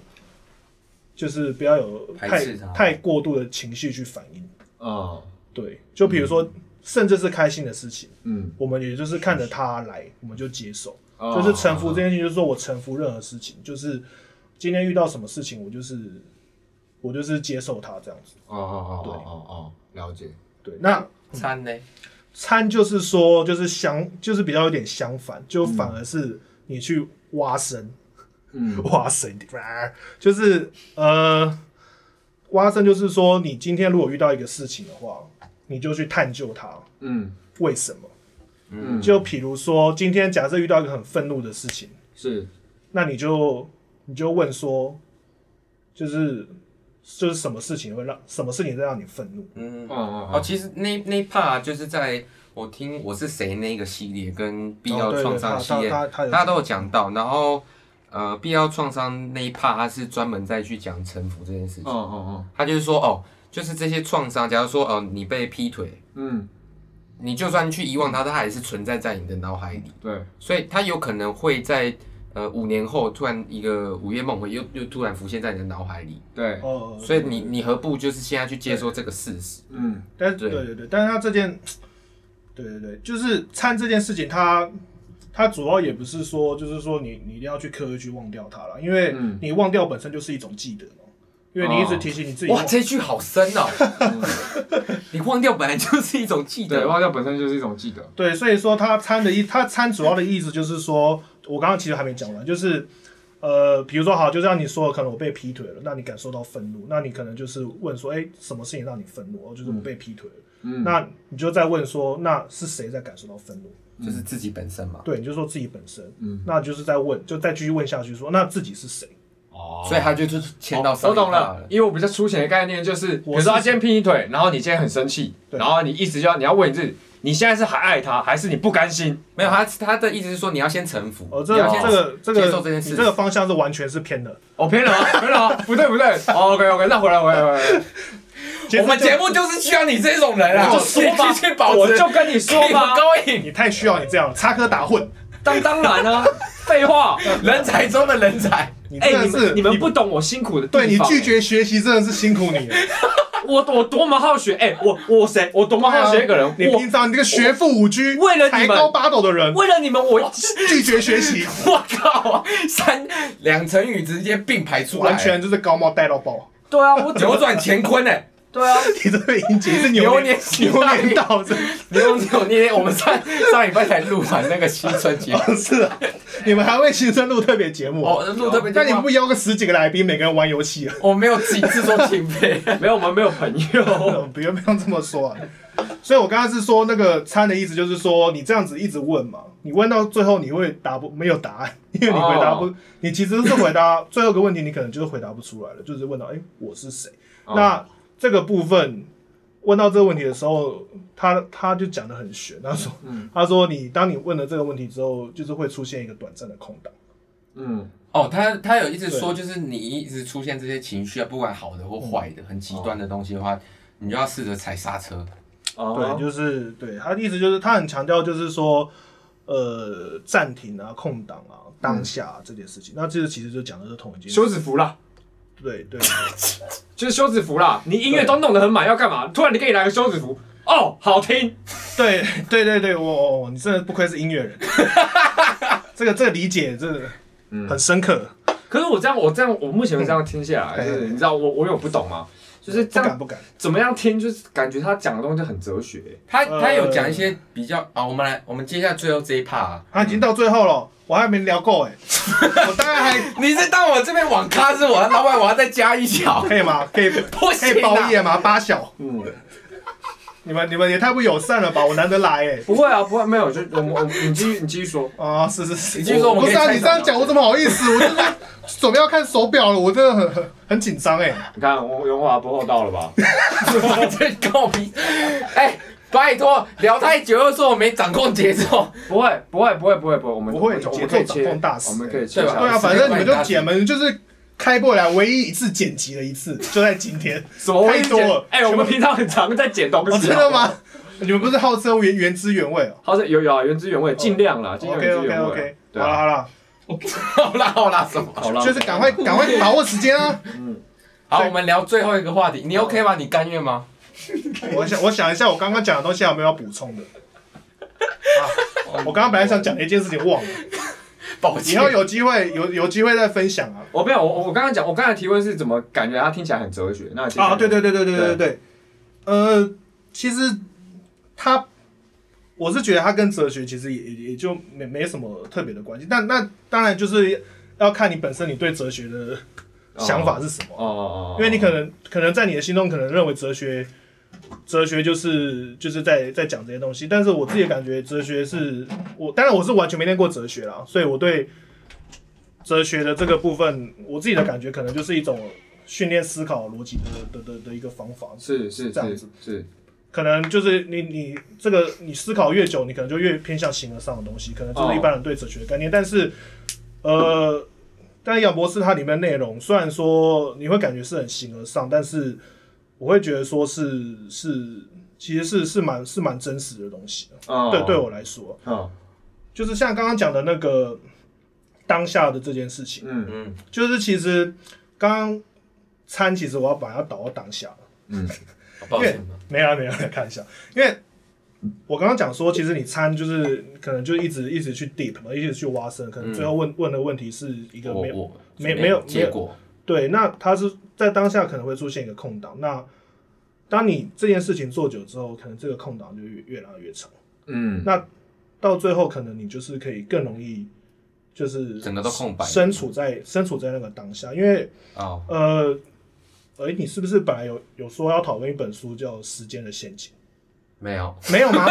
C: 就是不要有
E: 排
C: 太
E: 斥它
C: 太过度的情绪去反应。
A: 哦
C: 对，就比如说，甚至是开心的事情，
A: 嗯，
C: 我们也就是看着它来，我们就接受。
A: 哦
C: 就是臣服这件事情，就是说我臣服任何事情，就是今天遇到什么事情，我就是我就是接受它这样子。
E: 哦哦哦
C: 对
E: 哦哦哦，了解。
C: 对，那
E: 餐呢？
C: 参就是说，就是相，就是比较有点相反，就反而是你去挖深，
A: 嗯
C: 挖深一点， 就是呃，挖深就是说，你今天如果遇到一个事情的话，你就去探究它
A: 嗯
C: 为什么。
A: 嗯，
C: 就比如说，今天假设遇到一个很愤怒的事情，
A: 是
C: 那你就你就问说，就是就是什么事情会让什么事情会让你愤怒？
E: 嗯，
A: 哦
E: 哦，其实那那一 part 就是在我听我是谁那个系列跟必
C: 哦
E: 要
C: 对
E: 创
C: 对
E: 伤
C: 他
E: 系列，
C: 他他他有
E: 大家都有讲到。然后呃，必要创伤那一 part 他是专门在去讲臣服这件事
A: 哦哦
E: 情。
A: 哦
E: 他就是说哦，就是这些创伤，假如说呃你被劈腿，
A: 嗯，
E: 你就算去遗忘它，它还是存在在你的脑海里，
A: 对，
E: 所以它有可能会在呃五年后突然一个午夜梦回又又突然浮现在你的脑海里。
A: 对，
C: 哦、
E: 所以你你何不就是现在去接受这个事实？
A: 嗯
C: 但是
E: 对
C: 对对对，但是他这件，对对对，就是参这件事情它，它主要也不是说，就是说你你一定要去刻意去忘掉它了，因为
A: 嗯
C: 你忘掉本身就是一种记得嘛，因为你一直
A: 哦
C: 提醒你自己忘，
E: 哇，这句好深哦！ 你忘掉本来就是一种记
A: 对，
E: 得，
A: 忘掉本身就是一种记得，
C: 对，所以说它参的意，它参主要的意思就是说，我刚刚其实还没讲完，就是。呃，比如说好，就像你说的，可能我被劈腿了，那你感受到愤怒，那你可能就是问说，哎、什么事情让你愤怒？哦，就是我被劈腿了，
A: 嗯，
C: 那你就再问说，那是谁在感受到愤怒？
E: 就是自己本身嘛。
C: 对，你就说自己本身，
A: 嗯
C: 那就是在问，就再继续问下去说，那自己是谁？
B: 哦
E: 所以他就就是牵到上
A: 我
E: 一趴
A: 懂了，。因为我比较粗浅的概念就是，比
C: 我
A: 如说
C: 是
A: 他今天劈你腿，然后你今天很生气，
C: 对
A: 然后你一直就要你要问你自己，你现在是还爱他，还是你不甘心？
E: 没有他他的意思是说你要先臣服，
C: 哦，这
E: 你
C: 个
E: 要先
C: 这个这
E: 接受
C: 个，
E: 这件
C: 你
E: 事
C: 这个方向是完全是偏的。
A: 哦，偏了吗，偏了吗，不对不对，OK OK，那回来回来回来回来，
C: 其实
E: 我们
C: 这
E: 节目就是需要你这种人啊！
A: 我就说吧
E: 你继续保持，
A: 我就跟你说嘛，
E: 高颖，
C: 你太需要你这样了，插科打诨，
A: 当当然啊，废 话，
E: 人才中的人才。
C: 你
A: 哎、
C: 真的
A: 你
C: 是
A: 们你们不懂我辛苦的地
C: 对你
A: 方哎
C: 拒绝学习真的是辛苦你了。
A: 我我多么好学，哎、我我谁我多么好学一个人，
C: 啊你平常你这个学富五居、
A: 为了你
C: 才
A: 们
C: 高八斗的人
A: 我，为了你们我。
C: 拒绝 学习，
E: 我靠，啊三两成语直接并排出来，
C: 完全就是高帽带到爆。
A: 对啊，我怎
E: 扭
A: 么
E: 转乾坤哎！
A: 对啊？
C: 你这个音节是
E: 牛
C: 牛
E: 年
C: 年
E: 行
C: 牛
E: 大运
C: 年到这，
E: 扭扭捏捏，我们上上礼拜才录完那个新春 节目，
C: 是啊，你们还会新生录特别节目？啊
E: 哦，录特别
A: 啊
C: 那你们不邀个十几个来宾，每个人玩游戏啊？
E: 我没有自己制作经费，
A: 没有，我们没有朋友。
C: 不用不用这么说啊。所以我刚刚是说那个参的意思就是说，你这样子一直问嘛，你问到最后你会答不没有答案，因为你回答不，你其实是回答最后一个问题，你可能就是回答不出来了，就是问到哎、诶我是谁？那这个部分问到这个问题的时候，他他就讲的很玄，他说、他说你当你问了这个问题之后，就是会出现一个短暂的空档。
A: 嗯，
E: 哦，他他有一直说，就是你一直出现这些情绪啊，不管好的或坏的，很极端的东西的
C: 嗯
E: 话，你就要试着踩刹车。
A: 哦
C: 对，，就是对他的意思就是他很强调就是说，呃，暂停啊、空档啊、当下、啊这件事情。那这个其实就讲的是同一件事。
A: 嗯休止符啦，
C: 对对，
A: 就是休止符啦。你音乐都弄得很满，要干嘛？突然你给你来个休止符，哦，好听，
C: 对对对对，我我你真的不愧是音乐人， 这个这个理解真的
A: 嗯
C: 很深刻，
A: 可是我这样，我这样，我目前这样听下来，哎
C: 嗯
A: 就是你知道我我有不懂吗？就是
C: 不
A: 这
C: 敢
A: 样
C: 不敢。
A: 怎么样听，就是感觉他讲的东西很哲学。
E: 他
C: 呃
E: 他有讲一些比较啊，我们来我们接下最后这一 part，、啊、
C: 他、已经到最后了，我还没聊够哎、 我大概还
E: 你是当我这边网咖是我要，老板我要再加一 脚，
C: 可以吗？可以
E: 不
C: 可
E: 行
C: 以包
E: 啊！
C: 夜吗？八小，
A: 嗯，
C: 你们你们也太不友善了吧！我难得来哎、
A: 不会啊，不会，没有，就我们我们你继续你继续说。
C: 啊，是是是，
E: 你继续说我们
C: 不是啊，
E: 可以
C: 你
E: 拆
C: 这样讲我怎么好意思？我就是准备要看手表了，我真的很很很紧 张哎。
A: 你看我文华不厚道了吧？
E: 这跟我比，哎、拜托，聊太久又说我没掌控节奏，
A: 不会不会不会不会不会，我们
C: 不会
A: 我
C: 节
A: 们
C: 奏
A: 可以
C: 掌
A: 切，
C: 控大师
A: 我们可以切
E: 对吧
A: 下来。
C: 对啊，反正你们就姐
E: 时间管理
C: 们就是开播以来唯一一次剪辑的一次，就在 今天。
A: 什么会
C: 太多了
A: 哎、我们平常很常在剪东西、
C: 啊
A: 啊
C: 哦，真的？吗？你们不是号称原原汁原味哦
A: 好像有有啊，原汁原味，尽量啦，尽量
C: ？OK
A: 原汁
C: OK
A: 原味。
C: OK，好
A: 对
C: 了
A: 啊，
C: 好了，
E: 好啦好啦，什么？
A: 好啦，
C: 就是赶快 赶快把握时间啊！
E: 好，我们聊最后一个话题，你 OK 吗？你甘愿吗？
C: 我想我想一下，我刚刚讲的东西还有没有要补 充的？啊，我刚刚本来想讲的一件事情忘了，
E: 抱
C: 以
E: 歉
C: 后，有机会有有机会再分享啊。
A: 我没有，我我刚才讲，我刚才提问是怎么感觉它听起来很哲学？那其实
C: 啊，对对对对对对对对，呃，其实他，我是觉得他跟哲学其实也也也就没没什么特别的关系，但那当然就是要看你本身你对哲学的想法是什么，
A: 哦哦哦，
C: 因为你可能可能在你的心中可能认为哲学。哲学就是就是在在讲这些东西，但是我自己的感觉，哲学是我当然我是完全没念过哲学啦，所以我对哲学的这个部分，我自己的感觉可能就是一种训练思考逻辑的的的的一个方法，
A: 是是
C: 这样
A: 是
C: 子
A: 是，
C: 可能就是你你这个你思考越久，你可能就越偏向形而上的东西，可能这是一般人对哲学的概念。但是，呃，但杨博士他里面内容虽然说你会感觉是很形而上，但是我会觉得说是是其实是是蛮是蛮真实的东西的。
A: 哦
C: 对对我来说，
A: 哦
C: 就是像刚刚讲的那个当下的这件事情，
A: 嗯
E: 嗯，
C: 就是其实刚刚餐其实我要把它倒到当下了。
E: 抱歉。
C: 没有啊没有啊，看一下，因为我刚刚讲说，其实你参就是可能就一直一直去 deep 嘛，一直去挖深，可能最后问、问的问题是一个
E: 嗯我
C: 没有
E: 我
C: 没没有
E: 结果，
C: 对，那它是在当下可能会出现一个空档，那当你这件事情做久之后，可能这个空档就越越拉越长，
A: 嗯
C: 那到最后可能你就是可以更容易就是
E: 整个都空白
C: 身处在身处在那个当下，因为
E: 哦，
C: 呃。哎，你是不是本来有有说要讨论一本书叫《时间的陷阱
E: 没有，》？
C: 没有吗？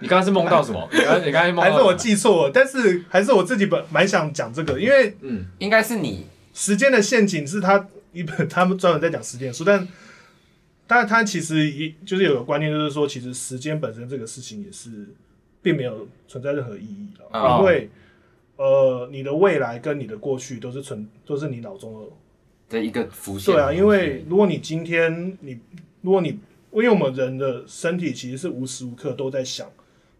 A: 你刚刚是梦到 什么？你刚你刚才梦
C: 还
A: 到
C: 是
A: 什么
C: 我记错了，但是还是我自己本蛮想讲这个，因为《
A: 嗯
E: 应该是你
C: 时间的陷阱》是他一本他们专门在讲时间的书，但但他其实一就是有个观念，就是说其实时间本身这个事情也是并没有存在任何意义了，
E: 哦
C: 因为呃你的未来跟你的过去都是存都是你脑中的
E: 的一个浮现。
C: 对啊，因为如果你今天你，如果你，因为我们人的身体其实是无时无刻都在想，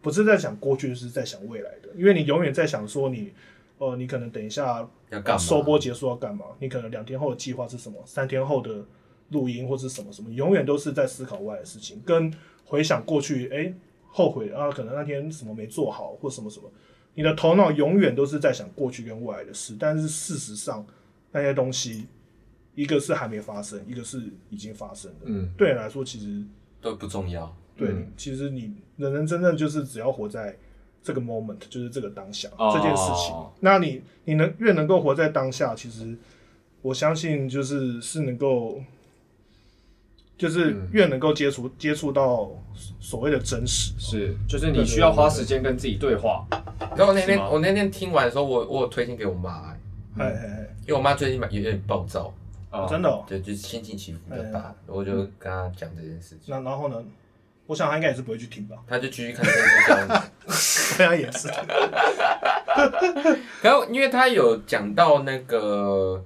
C: 不是在想过去，就是在想未来的，因为你永远在想说你，呃，你可能等一下
E: 要干嘛？
C: 收播结束要啊干嘛，你可能两天后的计划是什么，三天后的录音或是什么什么，永远都是在思考未来的事情，跟回想过去，哎、后悔啊，可能那天什么没做好或什么什么，你的头脑永远都是在想过去跟未来的事，但是事实上那些东西，一个是还没发生，一个是已经发生的。
A: 嗯
C: 对你来说，其实
E: 都不重要。
C: 对，
A: 嗯
C: 其实你人人真正就是只要活在这个 moment，就是这个当下、
A: 哦
C: 这件事情。那你你能越能够活在当下，其实我相信就是是能够，就是
A: 嗯
C: 越能够接触接触到所谓的真实。
A: 是，就是你需要花时间跟自己对话。
E: 然后那天
A: 是吗
E: 我那天听完的时候，我我有推荐给我妈、
C: 哎哎
E: 因为我妈最近有点暴躁，
A: 啊
C: 哎，真的、哦。
E: 就就是心情起伏比较大
C: 嗯，
E: 我就跟她讲这件事情，
C: 那然后呢？我想他应该也是不会去听吧，
E: 她就继续看电视教育。
C: 我想也是。
E: 然后因为他有讲到那个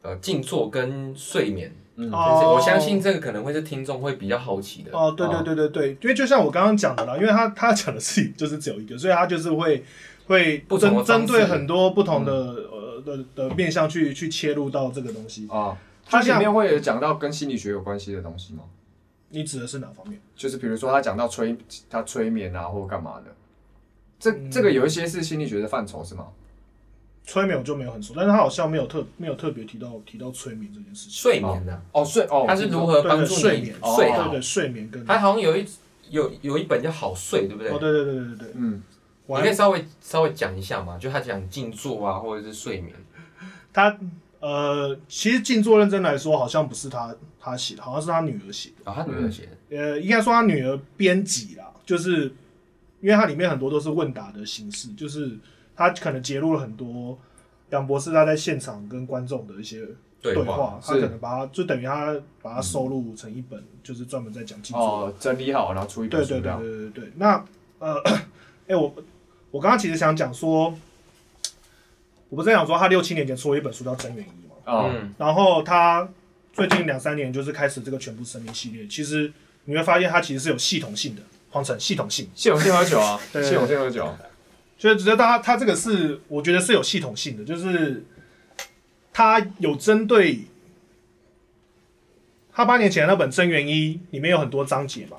E: 呃静坐跟睡眠，
A: 嗯
E: 就是
C: 哦
E: 我相信这个可能会是听众会比较好奇的。
C: 哦，对对对对对，因为就像我刚刚讲的啦，因为他他讲的事情就是只有一个，所以他就是会会
E: 不同
C: 针
E: 的方式嗯
C: 针对很多不同的、呃的的面向去去切入到这个东西。
A: 啊，它
C: 它
A: 里
C: 像
A: 面会有讲到跟心理学有关系的东西吗？
C: 你指的是哪方面？
A: 就是比如说他讲到催他催眠啊，或干嘛的，这
C: 嗯
A: 这个有一些是心理学的范畴是吗？
C: 催眠我就没有很熟，但是他好像没有特没有特别提到提到催眠这件事情。
E: 睡眠呢、
A: 哦，睡哦，
E: 它是如何
C: 对
E: 呃帮
C: 对
E: 助你
C: 睡眠
A: 哦
E: 睡
C: 对
E: 好？
C: 对，睡眠跟
E: 它好像有一有有一本叫《好睡》，对不对？
C: 哦，对对对对对对，
A: 嗯，
C: 我
E: 你可
C: 还
E: 以稍微稍微讲一下嘛，就他讲静坐啊，或者是睡眠。
C: 他呃，其实静坐认真来说，好像不是他他写的，好像是他女儿写的。
E: 哦，他女儿写的，
C: 呃，应该说他女儿编辑啦，就是因为它里面很多都是问答的形式，就是他可能揭露了很多杨博士他在现场跟观众的一些
E: 对
C: 对
E: 话。
C: 话，他
A: 是
C: 可能把它就等于他把它收录成一本，就是专门在讲静坐的
A: 哦，整理好然后出一本
C: 对
A: 书这
C: 对嗯对
A: 样，
C: 对对对。那呃，哎、我我刚刚其实想讲说，我不是想说他六七年前出了一本书叫《真元一》嘛，
A: 哦，
E: 嗯，
C: 然后他最近两三年就是开始这个全部声明系列，其实你会发现它其实是有系统性的，黄晨系统性，
A: 系统性喝酒啊，
C: 对
A: 系统性喝酒，
C: 所以只是他他这个是我觉得是有系统性的，就是他有针对他八年前那本《真元一》里面有很多章节嘛，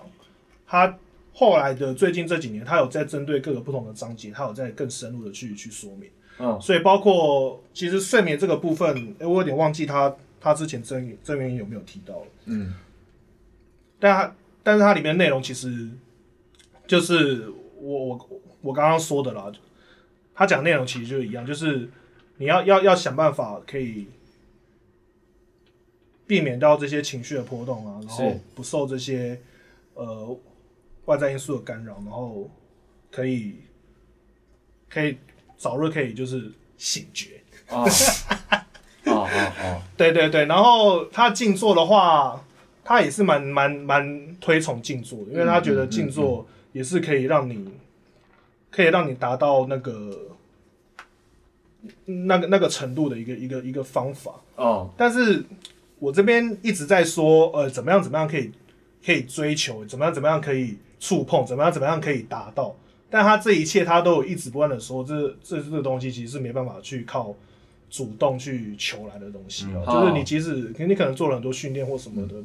C: 他后来的最近这几年，他有在针对各个不同的章节，他有在更深入的去去说明。
A: 嗯
C: 所以包括其实睡眠这个部分，诶我有点忘记他他之前真真元一有没有提到了，
A: 嗯，
C: 但他但是它里面内容其实就是我我我刚刚说的啦，他讲内容其实就一样，就是你要要要想办法可以避免到这些情绪的波动啊，然后
A: 是
C: 不受这些呃外在因素的干扰，然后可以可以早日可以就是醒觉，
A: 哦，哦哦哦，
C: 对对对，然后他静坐的话，他也是蛮蛮蛮推崇静坐的，因为他觉得静坐也是可以让你，可以让你达到那个那个那个程度的一个一个一个方法。
A: 哦，
C: 但是我这边一直在说，呃，怎么样怎么样可以可以追求，怎么样怎么样可以触碰，怎么样怎么样可以达到。但他这一切他都有一直不断的说，这这这个东西其实是没办法去靠主动去求来的东西哦，
A: 嗯
C: 就是你即使你可能做了很多训练或什么的，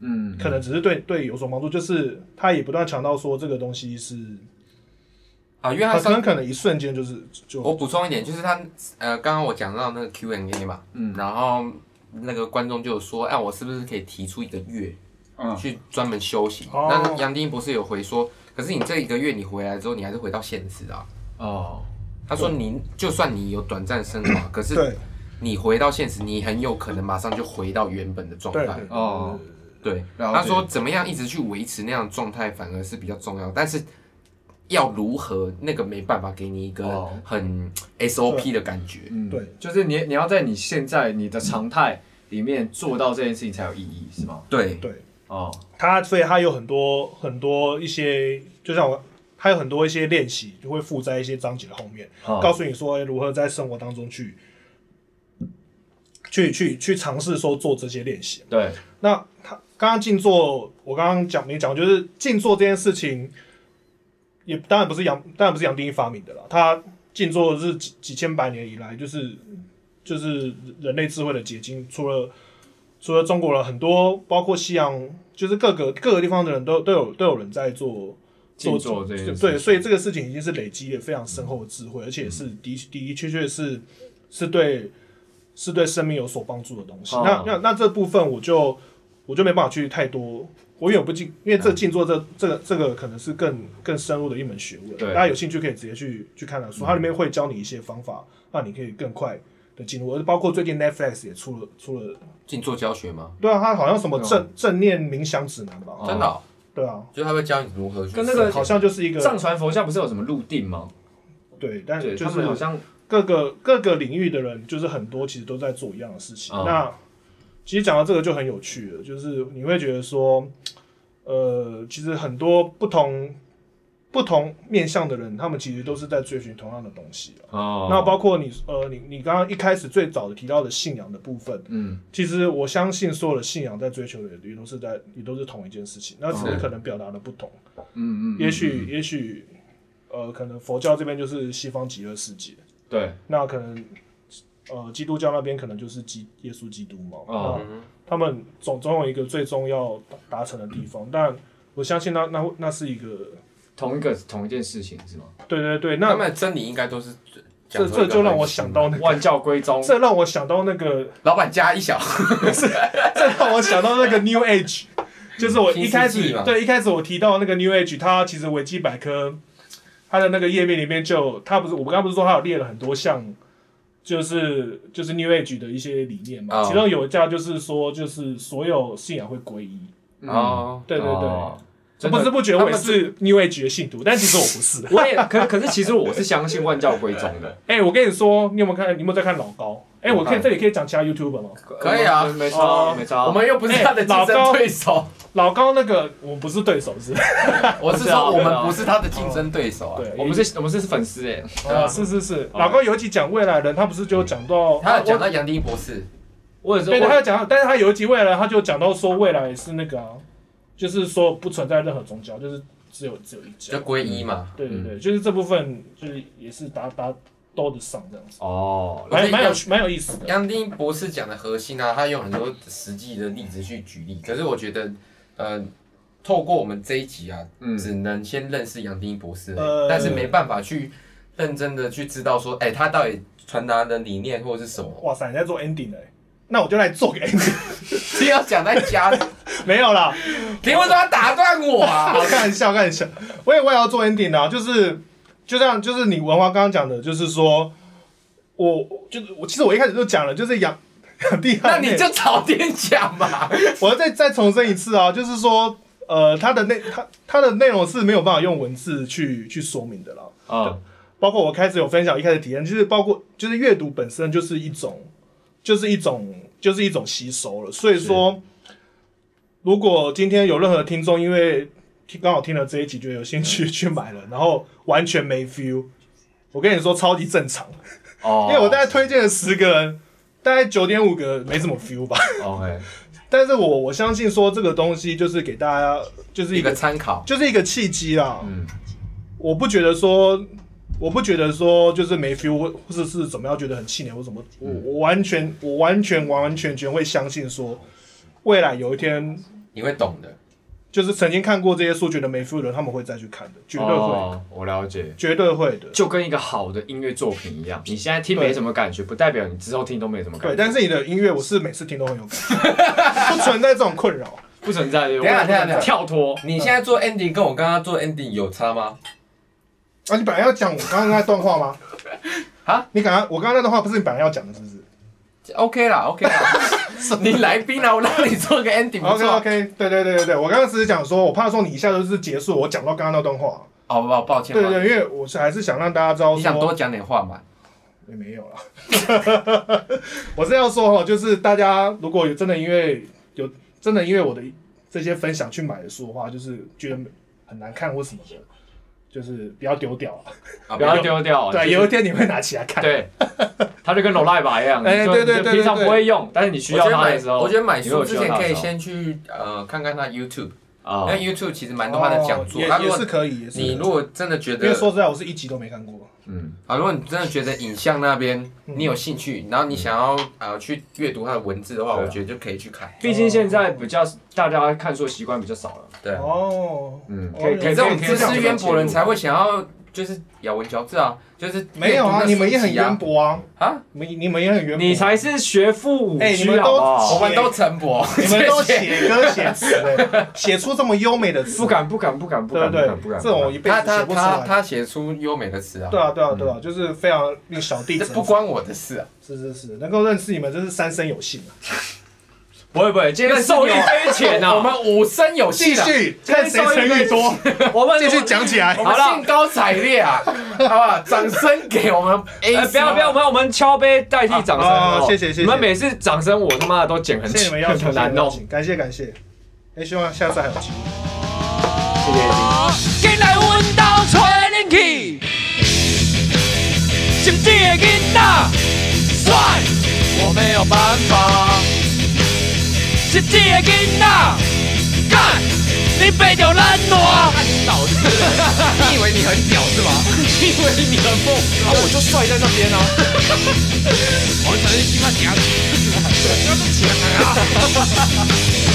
A: 嗯，
C: 可能只是对对有所帮助。就是他也不断强调说，这个东西是
E: 啊，因为他
C: 很
E: 上
C: 很可能一瞬间就是就
E: 我补充一点，就是他呃，刚刚我讲到那个 Q&A 嘛，
A: 嗯
E: 然后那个观众就有说，哎、我是不是可以提出一个月，
A: 嗯
E: 去专门休息？
C: 哦
E: 那杨丁博士有回说，可是你这一个月你回来之后，你还是回到现实啊。
A: 哦，
E: 他说你就算你有短暂升华，可是
C: 对
E: 你回到现实，你很有可能马上就回到原本的状
C: 对
E: 态
C: 对。
A: 哦，
E: 对，
A: 了
E: 他
A: 解
E: 说怎么样一直去维持那样的状态反而是比较重要，但是要如何那个没办法给你一个
A: 哦
E: 很 SOP 的感觉。
A: 嗯，
C: 对，
A: 就是你你要在你现在你的常态里面做到这件事情才有意义是吗？
E: 对，
C: 对。
A: 哦，
C: 他所以他有很多很多一些，就像我，他有很多一些练习，就会附在一些章节的后面，
A: 哦
C: 告诉你说、哎如何在生活当中去，去去去尝试说做这些练习。
A: 对，
C: 那他刚刚静坐，我刚刚讲没讲，就是静坐这件事情，也当然不是杨，当然不是杨定一发明的啦。他静坐是几几千百年以来，就是就是人类智慧的结晶。除了除了中国人，很多包括西洋，就是各个各个地方的人都都有都有人在做
A: 静坐这件事
C: 对，所以这个事情已经是累积了非常深厚的智慧，而且是
A: 嗯
C: 的的的确确是是对是对生命有所帮助的东西。
A: 哦
C: 那那那这部分我就我就没办法去太多，我远不进，因为这静坐这这个这个可能是更更深入的一门学问。
A: 对嗯
C: 大家有兴趣可以直接去去看他书，它里面会教你一些方法，让你可以更快的进入。而包括最近 Netflix 也出了出了，
E: 静坐教学吗？
C: 对啊，它好像什么
A: 对啊
C: 正正念冥想指南吧？
A: 哦
E: 真的哦、
C: 对啊，
E: 就是他会教你如何去
A: 跟那个
E: 思
C: 好
E: 考
C: 像就是一
A: 藏
C: 个
A: 传佛教不是有什么入定吗？
C: 对，但
A: 对，
C: 就
A: 他
C: 是
A: 们好像
C: 各个各个领域的人，就是很多其实都在做一样的事情。
A: 嗯
C: 那其实讲到这个就很有趣了，就是你会觉得说，呃，其实很多不同不不同面向的人，他们其实都是在追寻同样的东西啊、
A: 哦
C: 那包括你呃，你你刚刚一开始最早的提到的信仰的部分，
A: 嗯，
C: 其实我相信所有的信仰在追求的也都是在也都是同一件事情，那只是
A: 是
C: 可能表达的不同。
A: 哦嗯嗯嗯，
C: 也许也许呃，可能佛教这边就是西方极乐世界，
A: 对，
C: 那可能呃基督教那边可能就是基耶稣基督嘛。
A: 哦
C: 那他们总总有一个最终要达达成的地方，但我相信那那那是一个
A: 同一个同一件事情是吗？
C: 对对对，
E: 他
C: 那
E: 们的真理应该都是讲
C: 这
E: 说
C: 这
E: 一个
C: 就让我
E: 很细
C: 想到那个，
A: 万教归宗，
C: 这让我想到那个
E: 老板加一小，
C: 这让我想到那个 New Age，就是我一开
E: 新世
C: 始
E: 纪嘛
C: 对一开始我提到那个 New Age，它其实维基百科它的那个页面里面就有它不是我刚刚不是说它有列了很多项，就是就是 New Age 的一些理念嘛
E: 哦
C: 其中有一项就是说就是所有信仰会归一，
A: 嗯
E: 哦，
C: 对对对
E: 哦
A: 真
C: 不
A: 的
C: 知不觉我也
A: 他
C: 是 New Age 的信徒，但其实我不是。
A: 我也可可是其实我是相信万教归宗 的，
C: 哎、我跟你说，你有没有看？你有没有在看老高？哎、我可以
A: 看
C: 这里可以讲其他 YouTuber 吗？
E: 可以啊
A: 嗯没
C: 哦
A: 错没错，
E: 我们又不是
C: 哎
E: 他的竞
C: 老高
E: 争对手，
C: 老高那个我们不是对手，是吧？
E: 我是说我们不是他的竞争对手啊。
C: 对，
A: 哦我们是我们是粉丝哎，
C: 啊，是是是，老高有一集讲未来人，他不是就讲到，啊
E: 他有讲到杨迪博士，
A: 我也是
C: 对，他
A: 我
C: 有讲到，但是他有一集未来人，他就讲到说未来是那个、啊，就是说不存在任何宗教，就是只有只有一
E: 就
C: 家。
E: 皈依嘛，
C: 对对对，就是这部分就是也是搭搭兜得上这样子，
A: 哦，
C: 蛮蛮有蛮有意思的。
E: 杨丁博士讲的核心啊，他用很多实际的例子去举例。可是我觉得，呃，透过我们这一集啊，
A: 嗯
E: 只能先认识杨丁博士而已，
C: 呃
E: 但是没办法去认真的去知道说，哎、他到底传达的理念或者是什么。
C: 哇塞，你在做 ending 哎、那我就来做个 ending，
E: 是要讲在家，
C: 没有啦，
E: 你为什么要打断我啊？
C: 好看一下看一下，我也我也要做 ending 啊，就是就这样，就是你文华刚刚讲的，就是说我就是我，其实我一开始就讲了，就是养养地
E: 那你就早点讲嘛。
C: 我要再再重申一次啊，就是说，呃，它的内它它的内容是没有办法用文字去去说明的啦。
A: 嗯
C: 包括我开始有分享，一开始体验就是包括就是阅读本身就是一种，就是一种就是一种吸收了。所以说，如果今天有任何听众因为听刚好听了这一集觉得有兴趣 去买了，然后完全没 feel，我跟你说超级正常，
A: 哦
C: 因为我大概推荐了十个人，大概九点五个人没什么 feel 吧。
A: OK
C: 但是我我相信说这个东西就是给大家就是
E: 一
C: 一个
E: 个参考，
C: 就是一个契机啦。
A: 嗯
C: 我不觉得说我不觉得说就是没 feel 或或者是怎么样觉得很气馁或什么，我我完全我完全完完全全会相信说未来有一天
E: 你会懂的。
C: 就是曾经看过这些书觉得没 feel 的人他们会再去看的，绝对会，
A: 哦我了解。
C: 绝对会的。
A: 就跟一个好的音乐作品一样，你现在听没什么感觉，不代表你之后听都没什么感觉。
C: 对，但是你的音乐我是每次听都很有感觉， 不存在这种困扰。
A: 不存在对不
E: 等一下
A: 对
E: 等一下等一下
A: 跳脱，
E: 你现在做 ending 跟我刚刚做 ending 有差吗？
C: 啊，你本来要讲我刚刚那段话吗？
E: 啊，
C: 你刚刚我刚刚那段话不是你本来要讲的，是不是
E: OK 啦 ，OK 啦，你来宾啊啦，我让你做个 ending 不
C: OK
E: 错。
C: OK，对对对对对，我刚刚只是讲说，我怕说你一下就是结束，我讲到刚刚那段话。
E: 哦，不，抱歉，
C: 对
E: 抱歉，
C: 对，因为我是还是想让大家知道
E: 你想多
C: 说，
E: 讲点话嘛？
C: 也没有啦。 我是要说哦，就是大家如果有真的因为有真的因为我的这些分享去买的书的话，就是觉得很难看或什么的，就是不要丢掉啊。
E: 啊，
A: 不要丢掉。
C: 对，
A: 就
C: 有一
A: 是
C: 天你会拿起来看。
A: 对，它就跟罗赖吧一样，
C: 哎
A: 你就
C: 对
A: 你
C: 对
A: 就
C: 对
A: 平常
C: 对对
A: 不会用，但是你需
E: 我觉
A: 要
E: 得
A: 它
E: 买
A: 的时候，
E: 我觉得买
A: 你会
E: 书
A: 有
E: 之
A: 需要
E: 前
A: 它的
E: 可以
A: 时候
E: 先去呃看看他 YouTube，因
A: 啊
E: 为 YouTube 其实蛮多
C: 哦，
E: 他的讲座。
C: 也
E: 他如
C: 也
E: 果
C: 是可以，也是可以
E: 你如果真的觉
C: 因为
E: 得
C: 说实在，我是一集都没看过。
A: 嗯
E: 啊，如果你真的觉得影像那边
C: 嗯
E: 你有兴趣，然后你想要呃去阅读他的文字的话，
A: 嗯对啊
E: 我觉得就可以去看。
A: 毕竟现在比较大家看书的习惯比较少了，
E: 对啊，
C: 哦，
A: 嗯，
C: 哦
A: 可以
C: 有
A: 可以
E: 你这种
A: 可以
E: 知
A: 样
E: 识渊博人
A: 切入
E: 才会想要就是咬文嚼字啊，就是
C: 没有
E: 阅
C: 啊，
E: 读那
C: 你们也
E: 书
C: 很
E: 籍啊
C: 渊博啊，
E: 啊，
C: 你你们也很渊博。
A: 你才是学富五
C: 哎你
A: 车
C: 们都
A: 好不好？
E: 我们都陈博，
C: 你们都
E: 谢谢
C: 写歌写词的，写出这么优美的词，
A: 不敢不敢不敢不
C: 对
A: 敢
C: 不
A: 不
C: 对
A: 敢不？敢，
C: 这种我一辈
E: 他
C: 子
E: 他
C: 写不出来
E: 他。他写出优美的词啊，
C: 对啊，对啊，对啊，就是非常令小弟
E: 这
C: 子
E: 不关我的事啊。
C: 是是是，能够认识你们真是三生有幸啊！
A: 不会不会，今天受益匪浅啊
E: 我
A: 呐，
E: 们五生有幸啊，
C: 续看谁成语多，
A: 我们
C: 继续讲起来
E: 我。们兴高采烈啊，好吧，掌声给我们 A，
A: 哎，不要不要，我们我们敲杯代替掌声。
C: 啊
A: 好不好
C: 谢谢谢谢
A: 你们每次掌声我他妈的都剪 很
C: 谢谢你们邀请，
A: 很难
C: 邀
A: 弄。
C: 请，感谢感谢。哎，希望下次还有机会。
A: 谢谢。
F: 进来阮兜找心机的囡仔，帅，我没有办法。心机的囡仔，干，你背着咱烂。
G: 脑子，你以为你很屌是吗？你以为你很猛？啊，我就帅在那边啊！我才是鸡巴强，不要这么强啊！